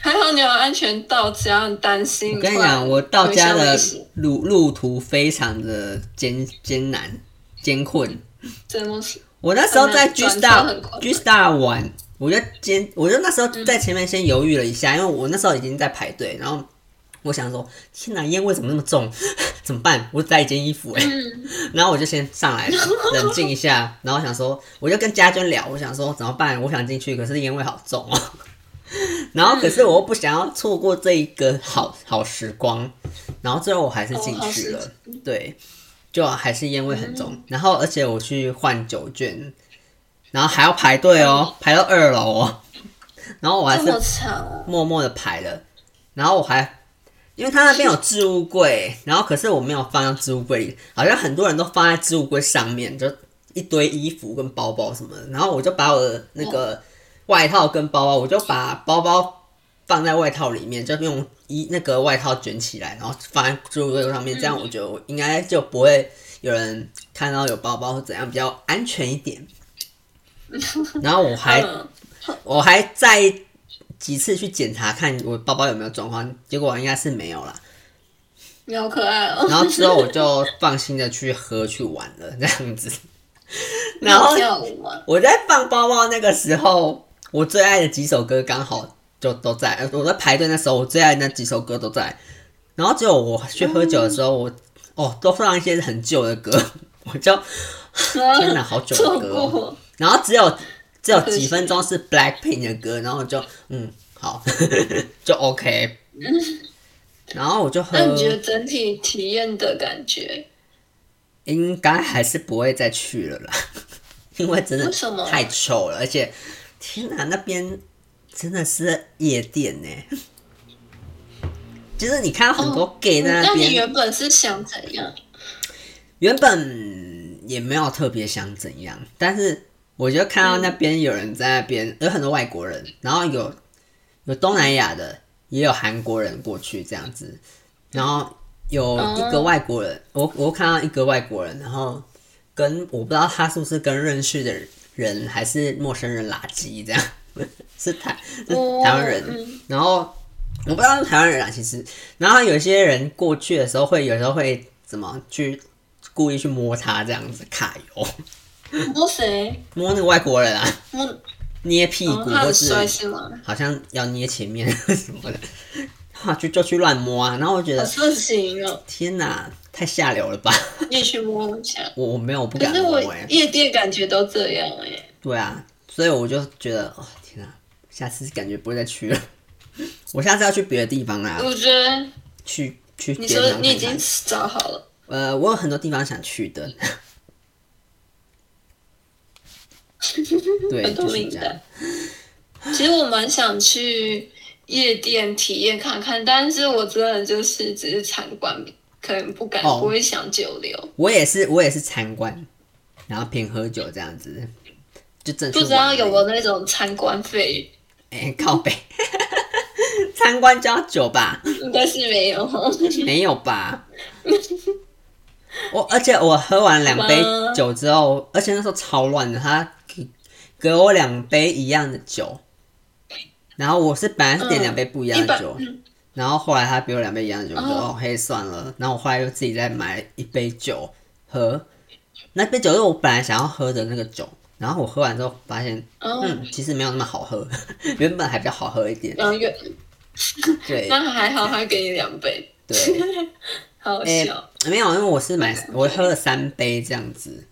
Speaker 2: 还好你有安全到家，很担心。
Speaker 1: 我跟你
Speaker 2: 不然
Speaker 1: 讲，我到家
Speaker 2: 回乡
Speaker 1: 的
Speaker 2: 没事
Speaker 1: 路路途非常的艰艰难艰困，
Speaker 2: 真的是
Speaker 1: 我那时候在 G
Speaker 2: 转车很
Speaker 1: Star
Speaker 2: 快
Speaker 1: G Star 玩，我就先，我就那时候在前面先犹豫了一下，因为我那时候已经在排队，然后我想说，天哪，烟味怎么那么重？ *laughs* 怎么办？我只带一件衣服哎、然后我就先上来冷静一下，然后想说，我就跟家娟聊，我想说怎么办？我想进去，可是烟味好重哦、 *laughs* 然后可是
Speaker 2: 嗯
Speaker 1: 我又不想要错过这一个好好时光，然后最后我还是进
Speaker 2: 哦好
Speaker 1: 去
Speaker 2: 时嗯
Speaker 1: 了，对，就还是烟味很重。然后而且我去换酒券，然后还要排队
Speaker 2: 嗯
Speaker 1: 哦，排到二楼哦。 *laughs* 然后我还
Speaker 2: 这
Speaker 1: 是
Speaker 2: 么长哦，
Speaker 1: 默默的排了，然后我还，因为他那边有置物柜，然后可是我没有放到置物柜里，好像很多人都放在置物柜上面，就一堆衣服跟包包什么的，然后我就把我的那个外套跟包包，我就把包包放在外套里面，就用衣那个外套卷起来，然后放在置物柜上面，这样我觉得我应该就不会有人看到有包包或怎样，比较安全一点。然后我还
Speaker 2: 嗯
Speaker 1: 我还再几次去检查看我包包有没有状况，结果应该是没有啦。
Speaker 2: 你好可爱哦、
Speaker 1: 然后之后我就放心的去喝去玩了，这样子。 *laughs* 然后
Speaker 2: 跳舞吗？
Speaker 1: 我在放包包那个时候，我最爱的几首歌刚好就都在。呃我在排队那时候，我最爱的那几首歌都在。然后只有我去喝酒的时候，我哦都放一些很旧的歌，我就天哪，好久
Speaker 2: 错
Speaker 1: 的歌、哦。
Speaker 2: 过，
Speaker 1: 然后只有只有
Speaker 2: 可惜
Speaker 1: 几分钟是 Blackpink 的歌，然后我就嗯好 *laughs* 就 OK，然后我就喝
Speaker 2: 那，你觉得整体体验的感觉？
Speaker 1: 应该还是不会再去了啦， *laughs* 因为真的
Speaker 2: 为什么
Speaker 1: 太臭了，而且天哪，那边真的是夜店呢、就是你看到很多 gay 在
Speaker 2: 哦那
Speaker 1: 那
Speaker 2: 你
Speaker 1: 边，
Speaker 2: 原本是想怎样？
Speaker 1: 原本也没有特别想怎样，但是我就看到那边有人在那边，有很多外国人，然后有有东南亚的，也有韩国人过去这样子，然后有一个外国人，我我看到一个外国人，然后跟我不知道他是不是跟认识的人还是陌生人垃圾这样， *laughs* 是台是台湾人，
Speaker 2: 嗯
Speaker 1: 然后我不知道是台湾人啊，其实，然后有些人过去的时候会有时候会怎么去故意去摸他这样子揩油， *laughs*
Speaker 2: 摸谁？
Speaker 1: 摸那个外国人啊，
Speaker 2: 摸
Speaker 1: 捏屁
Speaker 2: 哦
Speaker 1: 股
Speaker 2: 他
Speaker 1: 或
Speaker 2: 很
Speaker 1: 是
Speaker 2: 帅是吗？
Speaker 1: 好像要捏前面什么的， *laughs* 哇，就就去乱摸啊，然后我觉
Speaker 2: 好
Speaker 1: 得
Speaker 2: 色情哦，
Speaker 1: 天哪，太下流了吧，
Speaker 2: 你也去摸一下。
Speaker 1: 我我没有我不
Speaker 2: 可
Speaker 1: 敢
Speaker 2: 是
Speaker 1: 摸
Speaker 2: 我
Speaker 1: 哎、
Speaker 2: 夜店感觉都这样哎、
Speaker 1: 对啊，所以我就觉得哦天哪，下次感觉不会再去了，我下次要去别的地方啦，
Speaker 2: 我觉得
Speaker 1: 去去
Speaker 2: 你
Speaker 1: 别的地
Speaker 2: 说
Speaker 1: 方
Speaker 2: 你已
Speaker 1: 看看
Speaker 2: 经找好了，
Speaker 1: 呃，我有很多地方想去的。对，
Speaker 2: 很
Speaker 1: 就
Speaker 2: 多
Speaker 1: 是
Speaker 2: 名
Speaker 1: 这样
Speaker 2: 单。。其实我蛮想去夜店体验看看，但是我真的就是只是参观，可能不敢，
Speaker 1: 哦
Speaker 2: 不会想久留。
Speaker 1: 我也是，我也是参观，然后边喝酒这样子，就正
Speaker 2: 不知道有没有那种参观费，
Speaker 1: 哎、靠北， *laughs* 参观就要酒吧？
Speaker 2: 应该是没有。
Speaker 1: 没有吧？我而且我喝完两杯
Speaker 2: 好吧
Speaker 1: 酒之后，而且那时候超乱的，他给给我两杯一样的酒，然后我是本来是点
Speaker 2: 嗯
Speaker 1: 两杯不一样
Speaker 2: 一
Speaker 1: 的
Speaker 2: 百
Speaker 1: 酒，
Speaker 2: 嗯
Speaker 1: 然后后来他给我两杯一样的酒，我说
Speaker 2: 哦
Speaker 1: 哦嘿算了，然后我后来又自己再买一杯酒喝，那杯酒是我本来想要喝的那个酒，然后我喝完之后发现，
Speaker 2: 嗯，
Speaker 1: 嗯，其实没有那么好喝， *laughs* 原本还比较好喝一点，
Speaker 2: 然后又
Speaker 1: 对
Speaker 2: 嗯那还好，他给你两杯，
Speaker 1: 对。
Speaker 2: 好
Speaker 1: 哎、
Speaker 2: 笑。
Speaker 1: 没有，因为我是买我喝了三杯这样子，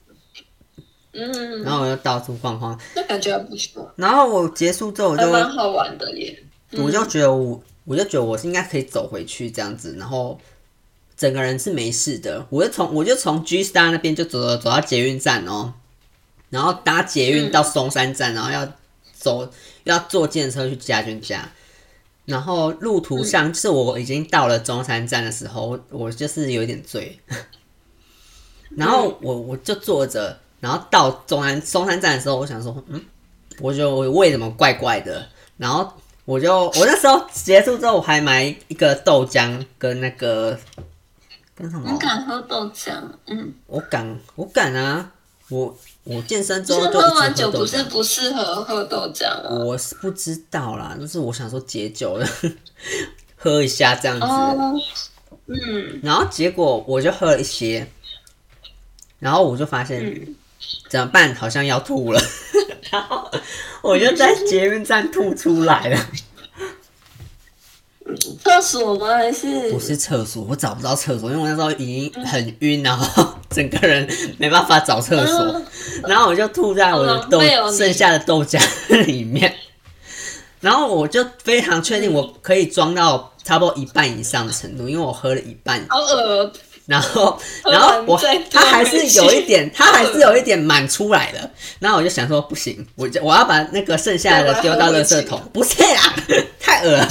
Speaker 2: 嗯，
Speaker 1: 然后我就到处晃晃，
Speaker 2: 那感觉还不错，
Speaker 1: 然后我结束之后我
Speaker 2: 还
Speaker 1: 就
Speaker 2: 蛮好玩的耶。
Speaker 1: 我就觉得我我就觉得我是应该可以走回去这样子，然后整个人是没事的，我就从我就从 G Star 那边就走走走到捷运站哦，然后搭捷运到松山站，然后要走要坐电车去家眷家。然后路途上，就是我已经到了中山站的时候，我就是有一点醉， *laughs* 然后我我就坐着，然后到中山松山站的时候，我想说，嗯，我觉得我胃怎么怪怪的，然后我就我那时候结束之后，我还买一个豆浆跟那个跟什么
Speaker 2: 你，敢喝豆浆？嗯，
Speaker 1: 我敢我敢啊，我我健身之
Speaker 2: 就
Speaker 1: 后
Speaker 2: 是
Speaker 1: 就
Speaker 2: 喝
Speaker 1: 一
Speaker 2: 完
Speaker 1: 直喝
Speaker 2: 酒
Speaker 1: 豆
Speaker 2: 不是
Speaker 1: 浆。
Speaker 2: 不适合喝豆浆哦吗？
Speaker 1: 我是不知道啦，就是我想说解酒 *laughs* 的，喝一下这样子，
Speaker 2: 哦，嗯，
Speaker 1: 然后结果我就喝了一些，然后我就发现、
Speaker 2: 嗯
Speaker 1: 怎么办，好像要吐了， *laughs* 然后我就在捷运站吐出来了，
Speaker 2: 厕所吗？还是
Speaker 1: 不是厕所，我找不到厕所，因为我那时候已经很晕，然后 *laughs* 整个人没办法找厕所，
Speaker 2: 嗯
Speaker 1: 然后我就吐在我的
Speaker 2: 好
Speaker 1: 豆、
Speaker 2: 狼狈哦你
Speaker 1: 剩下的豆浆 *laughs* 里面，然后我就非常确
Speaker 2: 嗯
Speaker 1: 定我可以装到差不多一半以上的程度，因为我喝了一半
Speaker 2: 好恶
Speaker 1: 然
Speaker 2: *laughs*
Speaker 1: 后，
Speaker 2: 喝
Speaker 1: 然后
Speaker 2: 完
Speaker 1: 我
Speaker 2: 再
Speaker 1: 他
Speaker 2: 丢
Speaker 1: 还
Speaker 2: 回
Speaker 1: 是
Speaker 2: 去
Speaker 1: 有一点，他还是有一点满出来的。然后我就想说，不行，我就我要把那个剩下的丢到垃圾桶，不是啦， *laughs* 太恶了。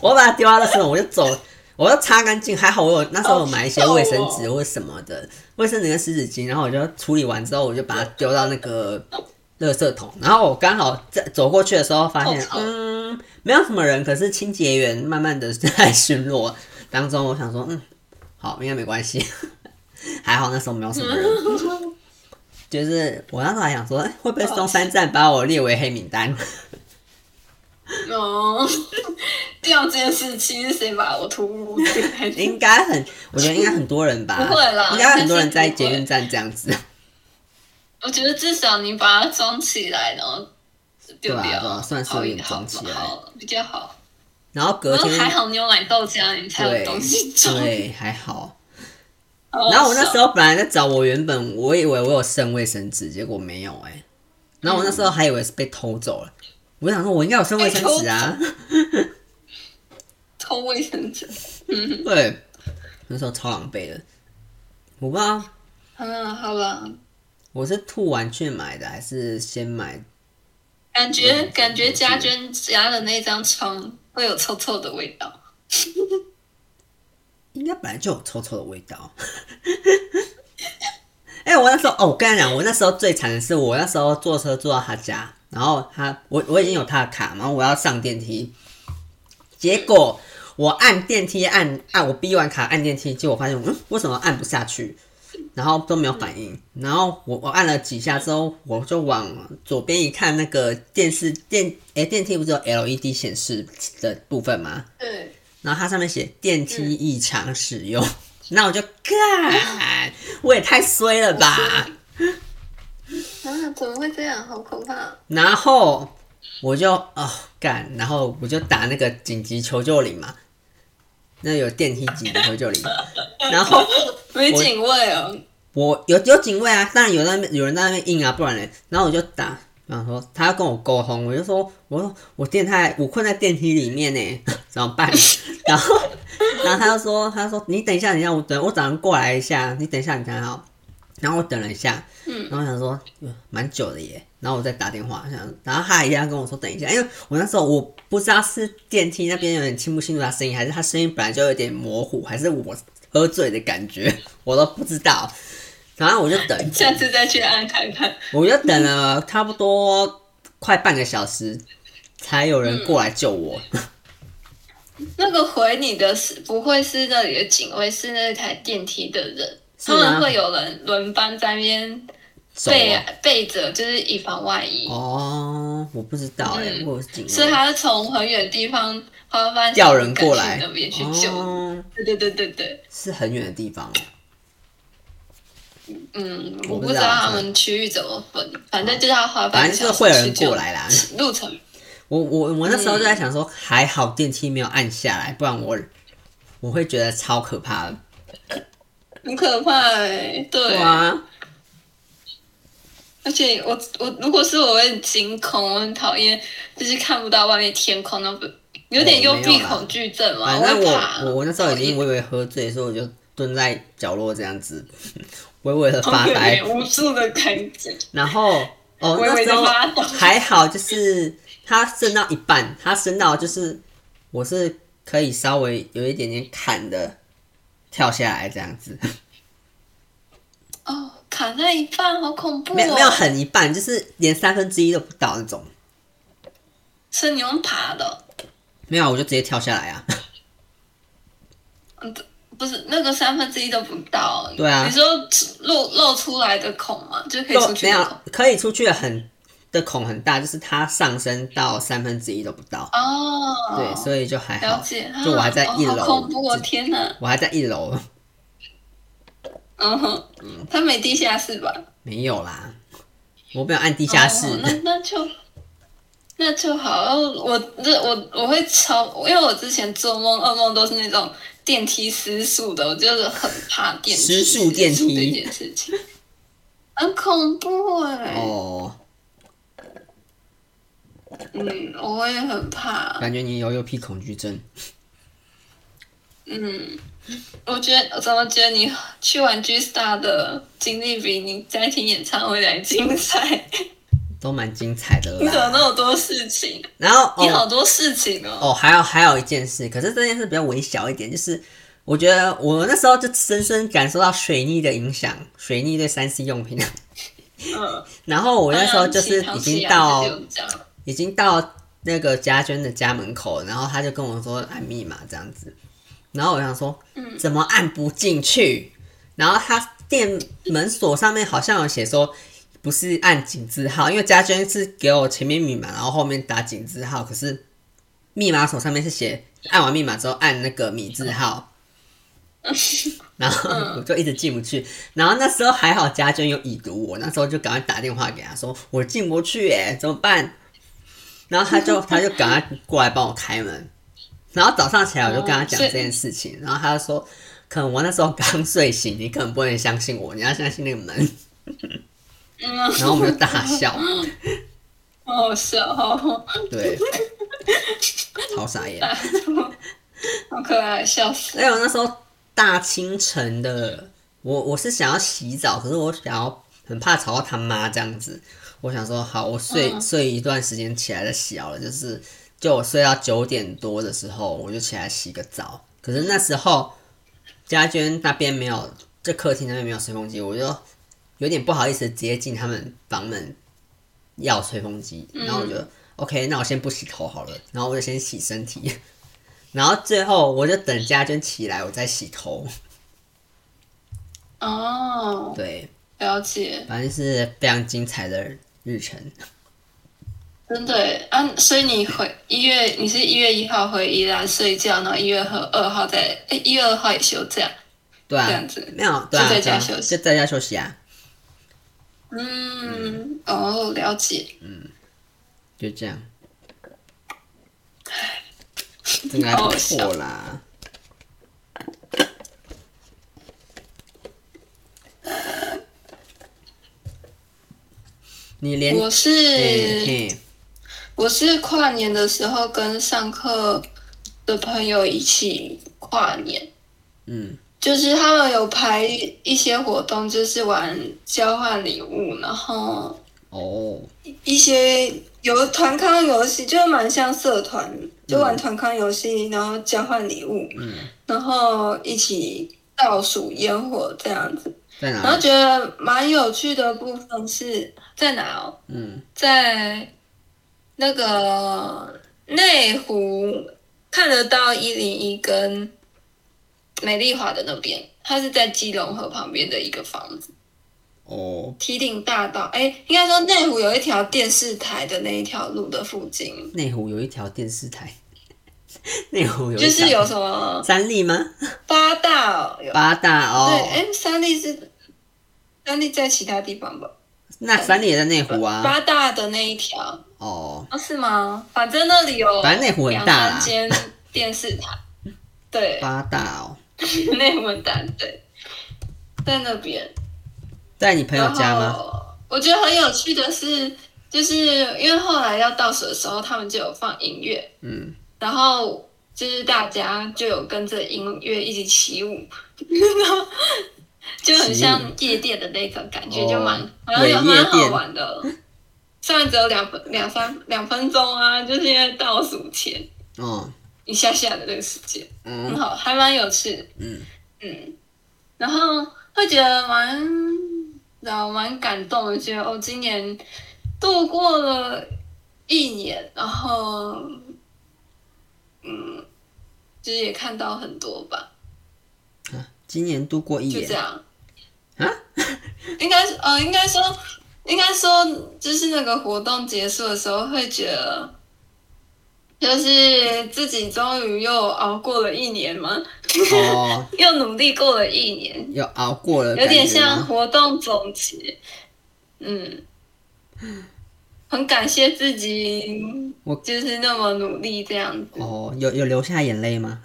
Speaker 1: 我把它丢到垃圾桶，我就走，我要擦干净。还好我有那时候有买一些
Speaker 2: 好臭哦
Speaker 1: 卫生纸或什么的，卫生纸跟湿纸巾。然后我就处理完之后，我就把它丢到那个垃圾桶。然后我刚好在走过去的时候，发现
Speaker 2: 好臭哦
Speaker 1: 嗯，没有什么人，可是清洁员慢慢的 *laughs* 在巡逻当中，我想说，嗯，好，应该没关系。还好那时候没有什么人，
Speaker 2: *laughs* 哦
Speaker 1: 就是我那时候还想说，哎会不会松山站把我列为黑名单？
Speaker 2: 哦，掉这件事情是谁把我突入进来的？
Speaker 1: 应该很，我觉得应该很多人吧，
Speaker 2: 不会啦
Speaker 1: 应该很多人在
Speaker 2: 但是不
Speaker 1: 捷
Speaker 2: 会
Speaker 1: 运站这样子，
Speaker 2: 我觉得至少你把它装起来，然后
Speaker 1: 对
Speaker 2: 丢
Speaker 1: 啊
Speaker 2: 掉，
Speaker 1: 对啊算是有点装起来
Speaker 2: 好好比较好。
Speaker 1: 然后隔
Speaker 2: 然后
Speaker 1: 天
Speaker 2: 哦还好你有买豆浆，你才有
Speaker 1: 对
Speaker 2: 东西装。
Speaker 1: 对还好。
Speaker 2: 好好
Speaker 1: 然后我那时
Speaker 2: 笑
Speaker 1: 候本来在找我原本我以为我有剩卫生纸，结果没有哎、然后我那
Speaker 2: 嗯
Speaker 1: 时候还以为是被偷走了，我就想说我应该有剩卫生纸啊，
Speaker 2: 偷卫生纸，
Speaker 1: 对，那时候超狼狈的。我不知道
Speaker 2: 嗯，好了，
Speaker 1: 我是吐完去买的，还是先买？
Speaker 2: 感觉感觉家娟家的那张床会有臭臭的味道。
Speaker 1: 应该本来就有臭臭的味道。 *laughs* 哎、我那时候哦，我跟你讲，我那时候最惨的是，我那时候坐车坐到他家，然后他我我已经有他的卡嘛，然后我要上电梯，结果我按电梯按按我逼完卡按电梯，结果发现嗯为什么按不下去，然后都没有反应，然后我我按了几下之后，我就往左边一看，那个电视电哎、电梯不是有 LED 显示的部分吗？
Speaker 2: 对，
Speaker 1: 然后它上面写电梯异常使用， *laughs* 那我就干，我也太衰了吧！
Speaker 2: 啊，怎么会这样？好可怕！
Speaker 1: 然后我就哦干，然后我就打那个紧急求救铃嘛，那有电梯紧急求救铃，然后
Speaker 2: 没警卫哦，
Speaker 1: 我有有警卫啊，当然有在那边有人在那边硬啊，不然嘞，然后我就打，然后说他要跟我沟通，我就说我说我电太我困在电梯里面呢，怎么办？ *laughs* 然后然后他就说他就说你等一下，你让我等我早上过来一下，你等一下你看好，然后我等了一下，
Speaker 2: 嗯
Speaker 1: 然后想说嗯蛮久的耶，然后我再打电话，想然后他一样跟我说等一下，因为我那时候我不知道是电梯那边有点听不清楚他声音，还是他声音本来就有点模糊，还是我喝醉的感觉， *laughs* 我都不知道。然后我就等，
Speaker 2: *laughs* 下次再去按看看。
Speaker 1: 我就等了差不多快半个小时，才有人过来救我。
Speaker 2: 那个回你的是不会是那里的警卫，是那台电梯的人，
Speaker 1: 是
Speaker 2: 他
Speaker 1: 吗
Speaker 2: 们会有人轮班在那边
Speaker 1: 走
Speaker 2: 备
Speaker 1: 了
Speaker 2: 备着，就是以防万一。
Speaker 1: 哦，我不知道哎、欸，
Speaker 2: 嗯
Speaker 1: 我是警
Speaker 2: 所以
Speaker 1: 卫
Speaker 2: 他是从很远的地方花瓣
Speaker 1: 调人过来
Speaker 2: 那边去救。
Speaker 1: 哦，
Speaker 2: 对对对对对，
Speaker 1: 是很远的地方哦。
Speaker 2: 嗯，
Speaker 1: 我
Speaker 2: 我
Speaker 1: 不
Speaker 2: 不
Speaker 1: 知
Speaker 2: 知
Speaker 1: 道
Speaker 2: 道他们区域怎么分，反正就是他花
Speaker 1: 反
Speaker 2: 瓣
Speaker 1: 正就是会有人过来啦。
Speaker 2: 路程。
Speaker 1: 我我我那时候就在想说，还好电梯没有按下来，不然我我会觉得超可怕的。
Speaker 2: 很可怕欸，对，
Speaker 1: 啊，
Speaker 2: 而且我我如果是我会很惊恐，我很讨厌，就是看不到外面天空，那不有点
Speaker 1: 哦
Speaker 2: 幽
Speaker 1: 没有
Speaker 2: 闭
Speaker 1: 啦
Speaker 2: 恐惧症嘛，
Speaker 1: 反正
Speaker 2: 我会
Speaker 1: 我
Speaker 2: 怕
Speaker 1: 我我那时候已经微微喝醉，所以我就蹲在角落这样子， *laughs* 微微的发
Speaker 2: 好有
Speaker 1: 呆。
Speaker 2: 点无助的感觉，
Speaker 1: 然后哦，
Speaker 2: 微
Speaker 1: 那
Speaker 2: 微
Speaker 1: 时
Speaker 2: 的
Speaker 1: 候
Speaker 2: 发抖。
Speaker 1: 还好，就是它升到一半，它升到就是我是可以稍微有一点点砍的跳下来这样子，
Speaker 2: 哦，卡在一半，好恐怖
Speaker 1: 没有没有
Speaker 2: 哦！
Speaker 1: 很一半，就是连三分之一都不到那种。
Speaker 2: 所以你用爬的哦。
Speaker 1: 没有，我就直接跳下来啊！
Speaker 2: 嗯，这不是那个三分之一都不到。
Speaker 1: 对啊
Speaker 2: 你说露露出来的孔嘛，就是可以出去
Speaker 1: 没
Speaker 2: 的
Speaker 1: 有
Speaker 2: 孔。
Speaker 1: 可以出去的很的孔很大，就是它上升到三分之一都不到，
Speaker 2: 哦，
Speaker 1: 对，所以就还
Speaker 2: 了
Speaker 1: 好。
Speaker 2: 解。
Speaker 1: 就我还在
Speaker 2: 啊
Speaker 1: 一楼
Speaker 2: 哦、好恐怖哦！天哪，
Speaker 1: 我还在一楼，
Speaker 2: 嗯哼，他没地下室吧？
Speaker 1: 没有啦，我没有按地下室。
Speaker 2: 哦那那就那就好。然后我这我我会超，因为我之前做梦噩梦都是那种电梯失速的，我就是很怕电
Speaker 1: 失
Speaker 2: 梯
Speaker 1: 速电梯
Speaker 2: 失速这件事情，很恐怖哎、
Speaker 1: 哦，
Speaker 2: 嗯，我会很怕。
Speaker 1: 感觉你有有屁恐惧症。
Speaker 2: 嗯，我觉得我怎么觉得你去玩 G Star 的经历比你在听演唱会来精彩？
Speaker 1: 都蛮精彩的
Speaker 2: 你怎么
Speaker 1: 啦。
Speaker 2: 那么多事情？
Speaker 1: 然后
Speaker 2: 你好
Speaker 1: 哦
Speaker 2: 多事情哦。
Speaker 1: 哦，还有还有一件事，可是这件事比较微小一点，就是我觉得我那时候就深深感受到水逆的影响，水逆对三 C 用品。啊
Speaker 2: 嗯，
Speaker 1: 然后我
Speaker 2: 我
Speaker 1: 那时候就是已
Speaker 2: 啊
Speaker 1: 经到已经到那个家娟的家门口，然后他就跟我说按密码这样子，然后我想说，
Speaker 2: 嗯
Speaker 1: 怎么按不进去？然后他店门锁上面好像有写说不是按井字号，因为家娟是给我前面密码，然后后面打井字号，可是密码锁上面是写按完密码之后按那个米字号，然后
Speaker 2: 嗯
Speaker 1: 我就一直进不去。然后那时候还好家娟有已读我，那时候就赶快打电话给他说我进不去耶，怎么办？然后他
Speaker 2: *laughs*
Speaker 1: 就他就赶快过来帮我开门。然后早上起来我就跟他讲
Speaker 2: 哦所
Speaker 1: 这
Speaker 2: 以
Speaker 1: 件事情，然后他就说，可能我那时候刚睡醒，你可能不能相信我，你要相信那个门。
Speaker 2: 嗯，
Speaker 1: 然后我们就大笑，
Speaker 2: 好好笑哦， *laughs*
Speaker 1: 对，超傻眼。
Speaker 2: 好可爱，笑死。
Speaker 1: 而且我那时候大清晨的，我我是想要洗澡，可是我想要很怕吵到他妈这样子，我想说好，我睡、
Speaker 2: 嗯
Speaker 1: 睡一段时间起来再洗好了，就是就我睡到九点多的时候，我就起来洗个澡。可是那时候家娟那边没有，这客厅那边没有吹风机，我就有点不好意思直接进他们房门要吹风机，然后我就、OK，那我先不洗头好了，然后我就先洗身体， *laughs* 然后最后我就等家娟起来我再洗头。
Speaker 2: 哦，
Speaker 1: 对，
Speaker 2: 了解，
Speaker 1: 反正是非常精彩的日程。
Speaker 2: 真的耶啊。所以你回一月，你是一月一号回宜兰睡觉，然后一月和二号在，哎，一月二号也休假，
Speaker 1: 对啊，
Speaker 2: 这样子
Speaker 1: 没有对啊，
Speaker 2: 就在
Speaker 1: 对啊
Speaker 2: 家休息
Speaker 1: 就在家休息啊，
Speaker 2: 嗯，哦，了解，
Speaker 1: 就这样。真的还不错啦。你连
Speaker 2: 我是。
Speaker 1: 嘿嘿
Speaker 2: 我是跨年的时候跟上课的朋友一起跨年，
Speaker 1: 嗯
Speaker 2: 就是他们有排一些活动，就是玩交换礼物，然后
Speaker 1: 哦
Speaker 2: 一些有团康游戏，就蛮像社团，就玩团康游戏，然后交换礼物，
Speaker 1: 嗯，
Speaker 2: 然后一起倒数烟火这样子。
Speaker 1: 在
Speaker 2: 然
Speaker 1: 哪
Speaker 2: 后
Speaker 1: 里？
Speaker 2: 觉得蛮有趣的部分是在哪哦？
Speaker 1: 嗯
Speaker 2: 在那个内湖看得到一零一跟美丽华的那边，它是在基隆河旁边的一个房子，
Speaker 1: 哦，
Speaker 2: 堤顶大道。哎、应该说内湖有一条电视台的那一条路的附近，
Speaker 1: 内湖有一条电视台， *laughs* 内湖有一条
Speaker 2: 就是有什么
Speaker 1: 三立吗？
Speaker 2: 八大有、
Speaker 1: 八大
Speaker 2: 对，
Speaker 1: 哦，
Speaker 2: 哎、三立是三立在其他地方吧？
Speaker 1: 那三立也在内湖啊。
Speaker 2: 八大的那一条
Speaker 1: 哦，
Speaker 2: 哦，是吗？反正那里有
Speaker 1: 反正内湖很
Speaker 2: 两
Speaker 1: 大啦
Speaker 2: 三。间电视台，对，
Speaker 1: 八大哦，
Speaker 2: 内文单对，在那边。
Speaker 1: 在你朋友家
Speaker 2: 然
Speaker 1: 吗？
Speaker 2: 后我觉得很有趣的是，就是因为后来要倒数的时候，他们就有放音乐，
Speaker 1: 嗯，
Speaker 2: 然后就是大家就有跟着音乐一起起舞， *laughs* 就很像夜店的那个感觉，
Speaker 1: 哦
Speaker 2: 就蛮好像
Speaker 1: 伪
Speaker 2: 也
Speaker 1: 夜
Speaker 2: 蛮
Speaker 1: 店
Speaker 2: 好玩的。虽然只有两分两三两分钟啊，就是因为倒数前
Speaker 1: 哦，
Speaker 2: 一下下的这个时间。很
Speaker 1: 嗯
Speaker 2: 好，还蛮有趣的。
Speaker 1: 嗯
Speaker 2: 嗯，然后会觉得蛮，然后蛮感动的，觉得哦，今年度过了一年，然后嗯，就是也看到很多吧，
Speaker 1: 啊，今年度过一
Speaker 2: 就这
Speaker 1: 年
Speaker 2: 样。
Speaker 1: 啊，
Speaker 2: *laughs* 应该是呃，应该说，应该说，就是那个活动结束的时候，会觉得。就是自己终于又熬过了一年嘛，
Speaker 1: 哦，
Speaker 2: 又努力过了一年，
Speaker 1: 又熬过了，
Speaker 2: 有点像。活动总结。
Speaker 1: *laughs*
Speaker 2: 嗯，很感谢自己，
Speaker 1: 我
Speaker 2: 就是那么努力这样子。
Speaker 1: 哦，有有流下眼泪吗？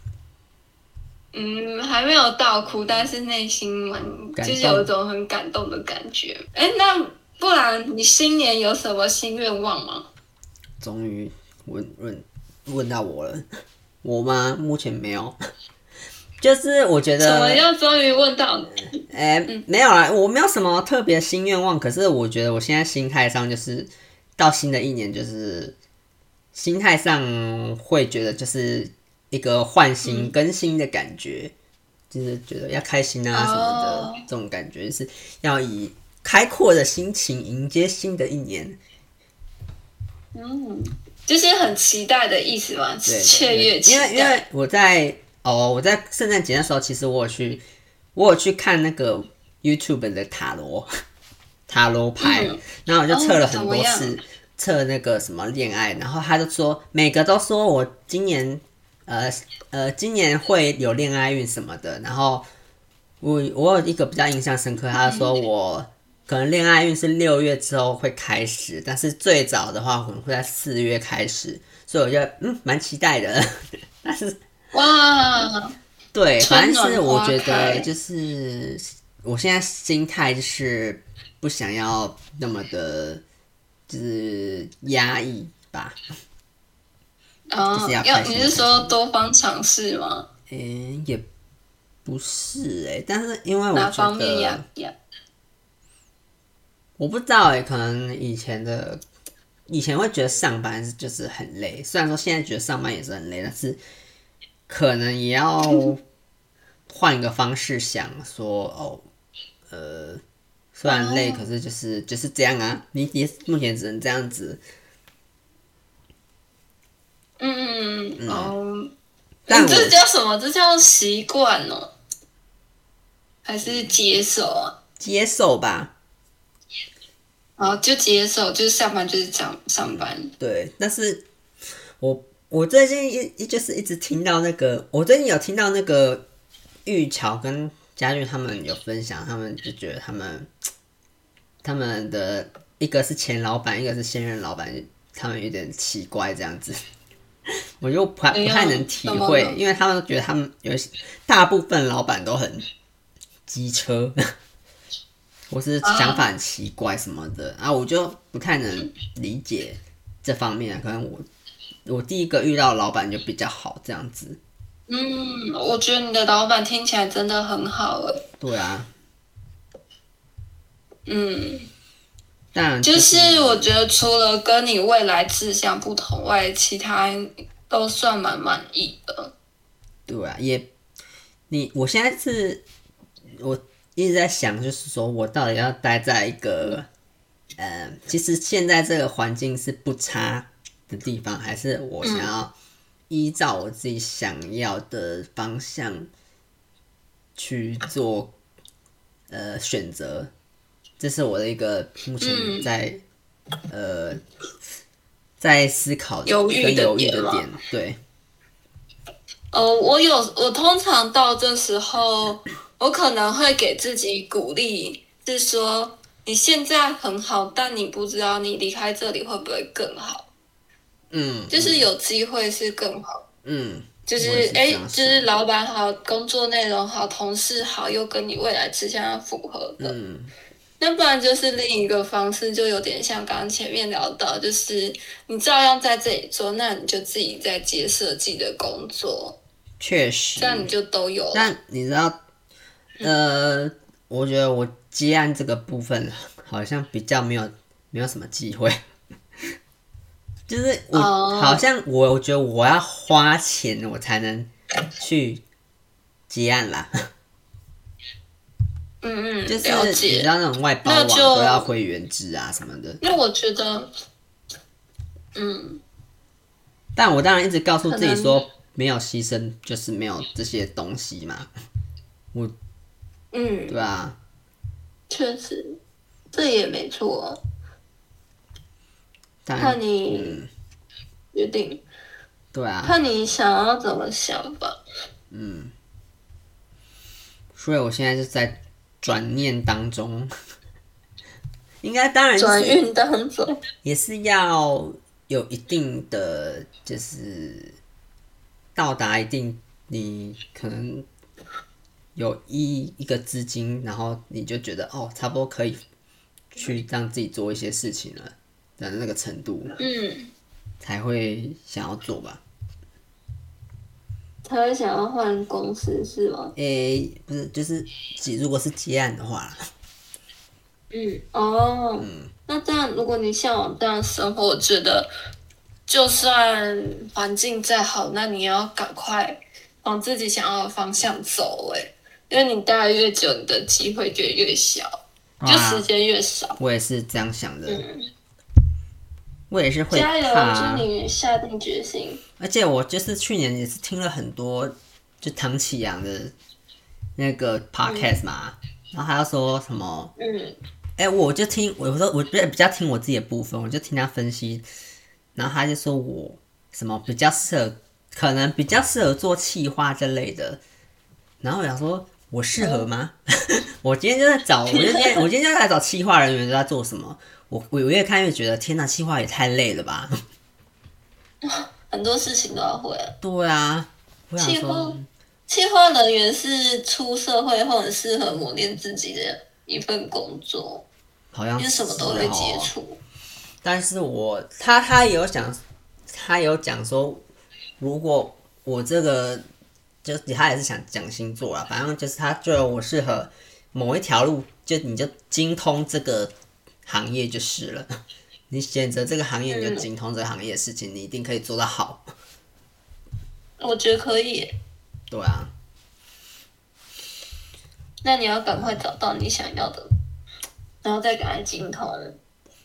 Speaker 1: *laughs*
Speaker 2: 嗯，还没有到哭，但是内心蛮
Speaker 1: 感动
Speaker 2: 就是有一种很感动的感觉。哎、那不然你新年有什么新愿望吗？
Speaker 1: 终于问问问到我了，我吗？目前没有， *laughs* 就是我觉
Speaker 2: 什么
Speaker 1: 得，
Speaker 2: 要终于问到你？
Speaker 1: 哎、
Speaker 2: 嗯
Speaker 1: 没有啦，我没有什么特别的新愿望，可是我觉得我现在心态上就是到新的一年，就是心态上会觉得就是一个换
Speaker 2: 嗯
Speaker 1: 新更新的感觉，就是觉得要开心啊什么的、
Speaker 2: 哦
Speaker 1: 这种感觉，就是要以开阔的心情迎接新的一年。
Speaker 2: 嗯，就是很期待的意思吗？
Speaker 1: 对，
Speaker 2: 雀跃期
Speaker 1: 因
Speaker 2: 待。
Speaker 1: 为因为我在哦，我在圣诞节的时候，其实我有去，我有去看那个 YouTube 的塔罗塔罗牌， *laughs*
Speaker 2: 嗯
Speaker 1: 然后我就测了
Speaker 2: 哦怎
Speaker 1: 很
Speaker 2: 么
Speaker 1: 多
Speaker 2: 样
Speaker 1: 次，测那个什么恋爱，然后他就说每个都说我今年呃呃今年会有恋爱运什么的，然后我我有一个比较印象深刻，他就说
Speaker 2: 嗯
Speaker 1: 我可能恋爱运是六月之后会开始，但是最早的话可能会在四月开始，所以我觉得嗯蛮期待的， *laughs* 但是
Speaker 2: 哇，
Speaker 1: 对，反正
Speaker 2: 春
Speaker 1: 是
Speaker 2: 暖
Speaker 1: 我
Speaker 2: 花
Speaker 1: 觉得
Speaker 2: 开
Speaker 1: 就是我现在心态就是不想要那么的，就是压抑吧。
Speaker 2: 啊
Speaker 1: 就是要，
Speaker 2: 要
Speaker 1: 开心
Speaker 2: 你是说多方尝试吗？
Speaker 1: 嗯、也不是哎、但是因为我
Speaker 2: 哪
Speaker 1: 觉
Speaker 2: 方面
Speaker 1: 得
Speaker 2: 呀呀？
Speaker 1: 我不知道哎、可能以前的以前会觉得上班是就是很累，虽然说现在觉得上班也是很累，但是可能也要换个方式想说哦，呃，虽然累，
Speaker 2: 哦
Speaker 1: 可是就是就是这样啊，你你目前只能这样子，
Speaker 2: 嗯嗯嗯，哦，
Speaker 1: 但
Speaker 2: 你
Speaker 1: 我
Speaker 2: 这叫什么？这叫习惯哦，还是接受啊？
Speaker 1: 接受吧，
Speaker 2: 哦，就接受，就是上班就是上上班。
Speaker 1: 对，但是我我最近一一就是一直听到那个，我最近有听到那个玉桥跟佳玉他们有分享，他们就觉得他们他们的一个是前老板，一个是现任老板，他们有点奇怪这样子。 *laughs* 我就不太
Speaker 2: 哎
Speaker 1: 不
Speaker 2: 呀
Speaker 1: 太能体
Speaker 2: 怎么
Speaker 1: 会
Speaker 2: 了，
Speaker 1: 因为他们觉得他们有些大部分老板都很机车， *laughs* 或是想法很奇怪什么的，啊，我就不太能理解这方面。啊可能我我第一个遇到的老板就比较好这样子，
Speaker 2: 嗯，我觉得你的老板听起来真的很好欸诶。
Speaker 1: 对啊，
Speaker 2: 嗯，
Speaker 1: 但嗯
Speaker 2: 就是我觉得除了跟你未来志向不同外，其他都算蛮满意的。
Speaker 1: 对啊，也你我现在是，我一直在想，就是说我到底要待在一个，呃，其实现在这个环境是不差的地方，还是
Speaker 2: 嗯
Speaker 1: 我想要依照我自己想要的方向去做，呃，选择，这是我的一个目前
Speaker 2: 嗯
Speaker 1: 在，呃，在思考
Speaker 2: 犹
Speaker 1: 跟
Speaker 2: 豫的
Speaker 1: 犹豫
Speaker 2: 点
Speaker 1: 的
Speaker 2: 吗
Speaker 1: 点，对。
Speaker 2: 呃，我有，我通常到这时候，我可能会给自己鼓励，是说你现在很好，但你不知道你离开这里会不会更好，
Speaker 1: 嗯，
Speaker 2: 就是有机会是更好。
Speaker 1: 嗯，
Speaker 2: 就
Speaker 1: 我也
Speaker 2: 是
Speaker 1: 是这
Speaker 2: 哎，
Speaker 1: 样
Speaker 2: 就是老板好，工作内容好，同事好，又跟你未来志向要符合的。
Speaker 1: 嗯
Speaker 2: 那不然就是另一个方式，就有点像刚刚前面聊到，就是你照样在这里做，那你就自己在接设计的工作，
Speaker 1: 确实
Speaker 2: 这。样你就都有了。
Speaker 1: 但你知道，呃，我觉得我接案这个部分好像比较没有没有什么机会， *laughs* 就是我、
Speaker 2: 哦
Speaker 1: 好像我我觉得我要花钱我才能去接案啦，
Speaker 2: 嗯嗯，
Speaker 1: 就是
Speaker 2: 了
Speaker 1: 你知
Speaker 2: 解。
Speaker 1: 道那种外包
Speaker 2: 那
Speaker 1: 网
Speaker 2: 就
Speaker 1: 都要会员制啊什么的。
Speaker 2: 那我觉得，嗯，
Speaker 1: 但我当然一直告诉自己
Speaker 2: 可
Speaker 1: 说，没有牺牲就是没有这些东西嘛，
Speaker 2: 嗯，
Speaker 1: 对吧、啊？
Speaker 2: 确实，这也没错。
Speaker 1: 当然
Speaker 2: 看，你
Speaker 1: 嗯，
Speaker 2: 决定，
Speaker 1: 对啊。
Speaker 2: 看你想要怎么想吧。
Speaker 1: 所以我现在就在转念当中， *laughs* 应该当然是
Speaker 2: 转运当中，
Speaker 1: 也是要有一定的，就是到达一定你可能有一一个资金，然后你就觉得哦，差不多可以去让自己做一些事情了的那个程度，
Speaker 2: 嗯，
Speaker 1: 才会想要做吧。
Speaker 2: 才会想要换公司是吗？
Speaker 1: 诶、不是，就是如果是接案的话啦，
Speaker 2: 嗯，哦，那这样，如果你向往这样的生活，我觉得就算环境再好，那你也要赶快往自己想要的方向走，哎，因为你待得越久，你的机会就越小，就
Speaker 1: 啊
Speaker 2: 时间越少。
Speaker 1: 我也是这样想的，
Speaker 2: 嗯
Speaker 1: 我也是会
Speaker 2: 加
Speaker 1: 怕
Speaker 2: 油！祝。你下定决心。
Speaker 1: 而且我就是去年也是听了很多，就唐启阳的那个 podcast 嘛，然后他又说什么，
Speaker 2: 嗯，
Speaker 1: 哎、哎、我就听，我说我比较听我自己的部分，我就听他分析，然后他就说我什么比较适合，可能比较适合做企划这类的，然后我想说，我适合吗？ *laughs* 我今天就在找，我就今天我今天就在找企划人员都在做什么，我我越看越觉得，天呐，企划也太累了吧？ *laughs*
Speaker 2: 很多事情都要会。
Speaker 1: 对啊，我想
Speaker 2: 企划
Speaker 1: 说，
Speaker 2: 企划人员是出社会后很适合磨练自己的一份工作，
Speaker 1: 好像
Speaker 2: 因为什么都会
Speaker 1: 是哦
Speaker 2: 接触。
Speaker 1: 但是我他他有讲，他有讲说，如果我这个就是他也是想讲星座啦，反正就是他觉得我适合某一条路，就你就精通这个行业就是了。 *laughs* 你选择这个行业，你就精通这个行业的事情，你一定可以做到好。哦
Speaker 2: 我觉得可以，
Speaker 1: 对啊，
Speaker 2: 那你要赶快找到你想要的，然后再赶快精通。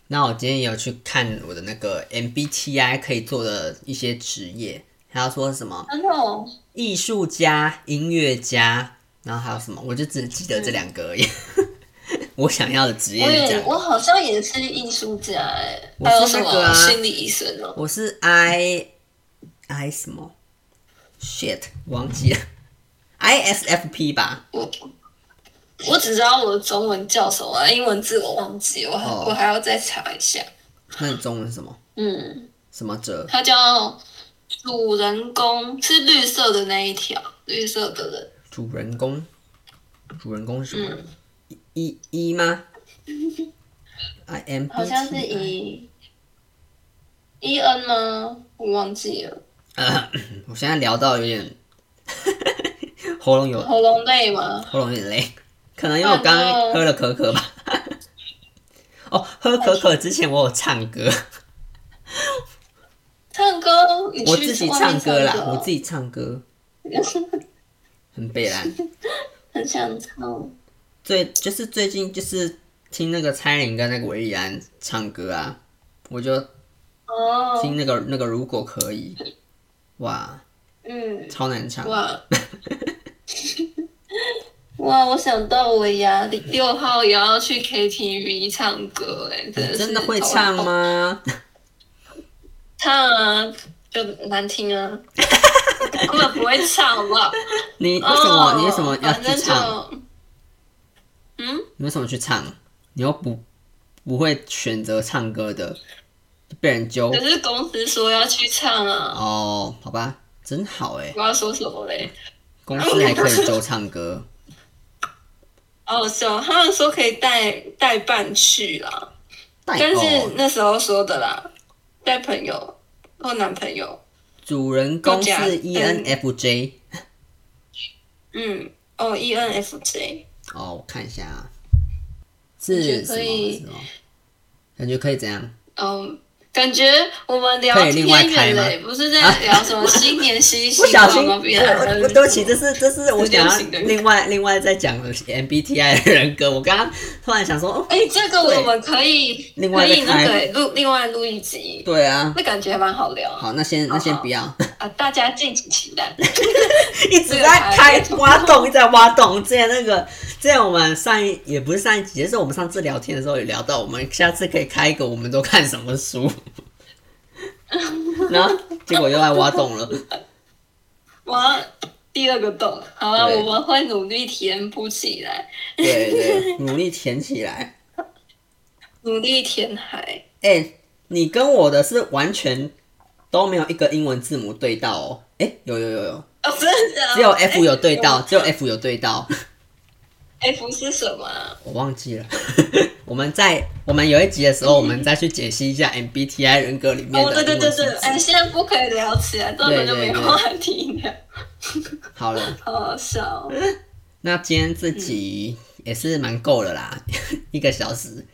Speaker 1: 那我今天有去看我的那个 MBTI 可以做的一些职业，他说什么
Speaker 2: 真的哦，
Speaker 1: 艺术家、音乐家，然后还有什么？我就只记得这两个而已。 *laughs* 我想要的职业
Speaker 2: 我
Speaker 1: 是这
Speaker 2: 也
Speaker 1: 样，
Speaker 2: 嗯我好像也是艺术家哎、
Speaker 1: 我
Speaker 2: 还有
Speaker 1: 是
Speaker 2: 什
Speaker 1: 那
Speaker 2: 么、
Speaker 1: 个啊
Speaker 2: 心理医生哦，
Speaker 1: 我是 I I 什么？shit，忘记了，ISFP 吧？
Speaker 2: 我我只知道我的中文叫什么，英文字我忘记，我还、
Speaker 1: 哦
Speaker 2: 我还要再查一下。
Speaker 1: 那你中文是什么？
Speaker 2: 嗯。
Speaker 1: 什么者？
Speaker 2: 它叫主人公，是绿色的那一条，绿色的人，
Speaker 1: 主人公？主人公是什么？
Speaker 2: 嗯
Speaker 1: 一一吗？I M
Speaker 2: 好像是 E E N 吗？我忘记了，
Speaker 1: 呃我现在聊到有点 *laughs* 喉咙有
Speaker 2: 喉咙累吗？
Speaker 1: 喉咙有点
Speaker 2: *laughs*
Speaker 1: 累，可能因为我刚刚喝了可可吧。 *laughs* 哦，喝可可之前我有唱歌，
Speaker 2: 唱歌，你去
Speaker 1: 我自己
Speaker 2: 外面
Speaker 1: 唱歌啦，
Speaker 2: 唱
Speaker 1: 我自己唱歌很悲
Speaker 2: *laughs*
Speaker 1: 蓝。
Speaker 2: 很想唱。
Speaker 1: 最就是最近就是听那个蔡依林跟那个韦礼安唱歌啊，我就
Speaker 2: 哦，
Speaker 1: 听那个那个如果可以，哇，
Speaker 2: 嗯，
Speaker 1: 超难唱。
Speaker 2: 哇。 *laughs* 哇，我想到我压力六号也要去 KTV 唱歌、哎，真的
Speaker 1: 你
Speaker 2: 是
Speaker 1: 真的会唱？
Speaker 2: *laughs*
Speaker 1: 吗？
Speaker 2: 唱啊，就难听
Speaker 1: *laughs*
Speaker 2: 啊，根本不会唱，好不好？
Speaker 1: 你为
Speaker 2: 哦，
Speaker 1: 什么你为什么要
Speaker 2: 反
Speaker 1: 去
Speaker 2: 正
Speaker 1: 唱？
Speaker 2: 就嗯，
Speaker 1: 你为什么去唱？你又不不会选择唱歌的，被人揪
Speaker 2: 可是公司说要去唱啊，
Speaker 1: 哦，好吧，真好 *laughs* 哎，
Speaker 2: 我要说什么嘞？
Speaker 1: 公司还可以周唱歌，
Speaker 2: 哦，是哦，他们说可以带带伴去啦，
Speaker 1: 但
Speaker 2: 但是
Speaker 1: 哦，
Speaker 2: 那时候说的啦，带朋友或男朋友，
Speaker 1: 主人公是 E
Speaker 2: 都假嗯
Speaker 1: ENFJ
Speaker 2: 嗯，哦，ENFJ，
Speaker 1: 哦，我看一下啊，
Speaker 2: 感觉
Speaker 1: 是什
Speaker 2: 可
Speaker 1: 么
Speaker 2: 以
Speaker 1: 什么？感觉可以怎样？
Speaker 2: 嗯。感觉我们聊
Speaker 1: 可以
Speaker 2: 天
Speaker 1: 另外开
Speaker 2: 远
Speaker 1: 吗啊
Speaker 2: 嘞，不是在聊什么新
Speaker 1: *laughs*
Speaker 2: 年新希
Speaker 1: 不小
Speaker 2: 望
Speaker 1: 心，
Speaker 2: 吗？
Speaker 1: 我
Speaker 2: 别人
Speaker 1: 我对不起，这是这是我想要
Speaker 2: 这件事情的
Speaker 1: 另外另外再讲的 MBTI 的人格。我刚刚突然想说，哦，
Speaker 2: 哎、这个我们可以
Speaker 1: 另外
Speaker 2: 可以
Speaker 1: 再开
Speaker 2: 那个录另外录一集，
Speaker 1: 对啊，
Speaker 2: 那感觉还蛮好聊啊
Speaker 1: 好，那先那先
Speaker 2: 好
Speaker 1: 不要，
Speaker 2: 啊！大家敬请期待。
Speaker 1: 一直在开挖洞，一直在挖洞。之前那个，之前我们上一也不是上一集，就是我们上次聊天的时候也聊到，我们下次可以开一个我们都看什么书， *laughs* 然后结果又在挖洞了。
Speaker 2: 哇，第二个洞，好啊，
Speaker 1: 对
Speaker 2: 我们会努力填补起来，
Speaker 1: 对对，努力填起来。
Speaker 2: 努力填海。
Speaker 1: 哎、你跟我的是完全都没有一个英文字母对到哦。哎、有有有有，
Speaker 2: 哦，真的啊，
Speaker 1: 只有 F 有对
Speaker 2: 哦
Speaker 1: 到，
Speaker 2: 哎
Speaker 1: 只有 F 有对到。
Speaker 2: F 是什么啊？
Speaker 1: 我忘记了。 *laughs* 我们在我们有一集的时候，我们再去解析一下 MBTI 人格里面
Speaker 2: 哦，
Speaker 1: 的
Speaker 2: 对
Speaker 1: 英文
Speaker 2: 对对
Speaker 1: 数
Speaker 2: 对，哎，
Speaker 1: 字。
Speaker 2: 现在不可以聊起来，根本就没
Speaker 1: 对对对
Speaker 2: 话题聊，
Speaker 1: 好了，
Speaker 2: 好好笑哦。
Speaker 1: 那今天这集也是蛮够了啦， *laughs* 一个小时。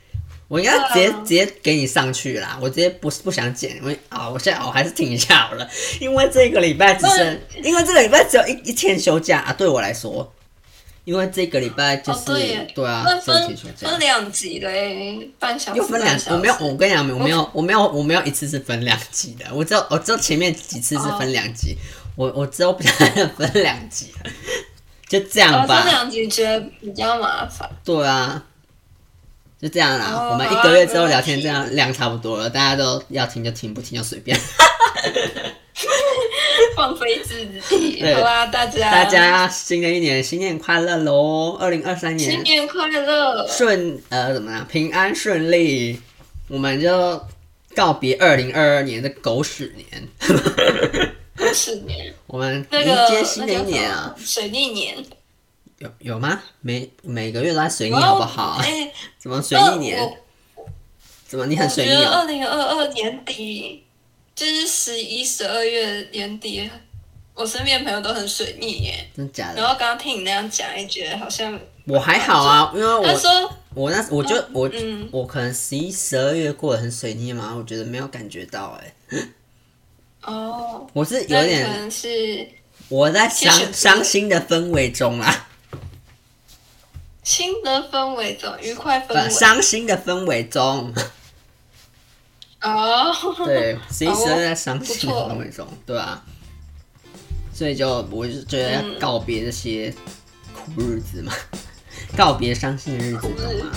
Speaker 1: 我应该直接、
Speaker 2: 对啊
Speaker 1: 直接给你上去啦，我直接不不想剪，因为啊，我现在我还是停一下好了， *laughs* 因为这个礼拜只剩，因为这个礼拜只有一一天休假啊，对我来说，因为这个礼拜就是、
Speaker 2: 哦，对耶，
Speaker 1: 啊
Speaker 2: 那，
Speaker 1: 只有一
Speaker 2: 分
Speaker 1: 天休假，
Speaker 2: 分两集嘞，半小时，哦
Speaker 1: 又分两
Speaker 2: 半小，时
Speaker 1: 我没有，我跟你讲，我没有，我没有，我没有一次是分两集的，我只有我只有前面几次
Speaker 2: 哦
Speaker 1: 是分两集，我我只有不想分两集了，就这样
Speaker 2: 哦，分
Speaker 1: 吧。
Speaker 2: 两集觉得比较麻烦。
Speaker 1: 对啊，就这样啦。
Speaker 2: 哦
Speaker 1: 我们一
Speaker 2: 好啊
Speaker 1: 个月之后聊天
Speaker 2: 没问题
Speaker 1: 这样量差不多了，大家都要听就听，不听就随便。
Speaker 2: 放飞自己。
Speaker 1: 对
Speaker 2: 好啦，大
Speaker 1: *laughs*
Speaker 2: 家，
Speaker 1: 大家新的一年新年快乐喽！二零二三
Speaker 2: 新
Speaker 1: 年
Speaker 2: 年快乐！
Speaker 1: 顺呃怎么样平安顺利，我们就告别二零二二年的狗屎年，
Speaker 2: 二十年，
Speaker 1: 我们
Speaker 2: 那
Speaker 1: 迎
Speaker 2: 个
Speaker 1: 接新的一
Speaker 2: 那叫什么
Speaker 1: 年啊！
Speaker 2: 水逆年，
Speaker 1: 有有吗？每每个月都在水逆好不好？
Speaker 2: 哦哎，
Speaker 1: 怎么水逆
Speaker 2: 呃
Speaker 1: 年
Speaker 2: 我？
Speaker 1: 怎 *laughs* 么你很水逆
Speaker 2: 我觉得
Speaker 1: 哦？
Speaker 2: 二零二二年底，就是十一、十二月年底，我身边朋友都很水逆耶。
Speaker 1: 真的假
Speaker 2: 然
Speaker 1: 的？
Speaker 2: 后刚刚听你那样讲，也觉得好像
Speaker 1: 我还好啊，因为
Speaker 2: 他
Speaker 1: 我
Speaker 2: 说，
Speaker 1: 我那我就我、
Speaker 2: 嗯
Speaker 1: 我可能十一十二月过得很水逆嘛，我觉得没有感觉到哎、
Speaker 2: 哦，
Speaker 1: 我是有
Speaker 2: 那你可
Speaker 1: 点
Speaker 2: 能是
Speaker 1: 我在伤
Speaker 2: 其实嗯
Speaker 1: 伤心的氛围中啊啦，
Speaker 2: 新的氛围中，愉快氛
Speaker 1: 呃，
Speaker 2: 围
Speaker 1: 伤心的氛围中，
Speaker 2: 哦，
Speaker 1: *laughs*
Speaker 2: *laughs*
Speaker 1: 对，十一
Speaker 2: 哦
Speaker 1: 十二在伤心的
Speaker 2: 不错
Speaker 1: 氛围中，对啊，所以就我就觉得要
Speaker 2: 嗯
Speaker 1: 告别这些苦日子嘛， *laughs* 告别伤心的日子，
Speaker 2: 苦日
Speaker 1: 懂吗？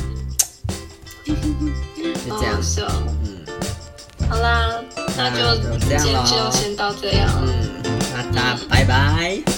Speaker 1: 就
Speaker 2: 好
Speaker 1: 这样
Speaker 2: 好，笑。
Speaker 1: 嗯
Speaker 2: 哦好啦，那就
Speaker 1: 那就这
Speaker 2: 今
Speaker 1: 样
Speaker 2: 天
Speaker 1: 咯
Speaker 2: 就先到这样了。
Speaker 1: 嗯，那大家拜拜。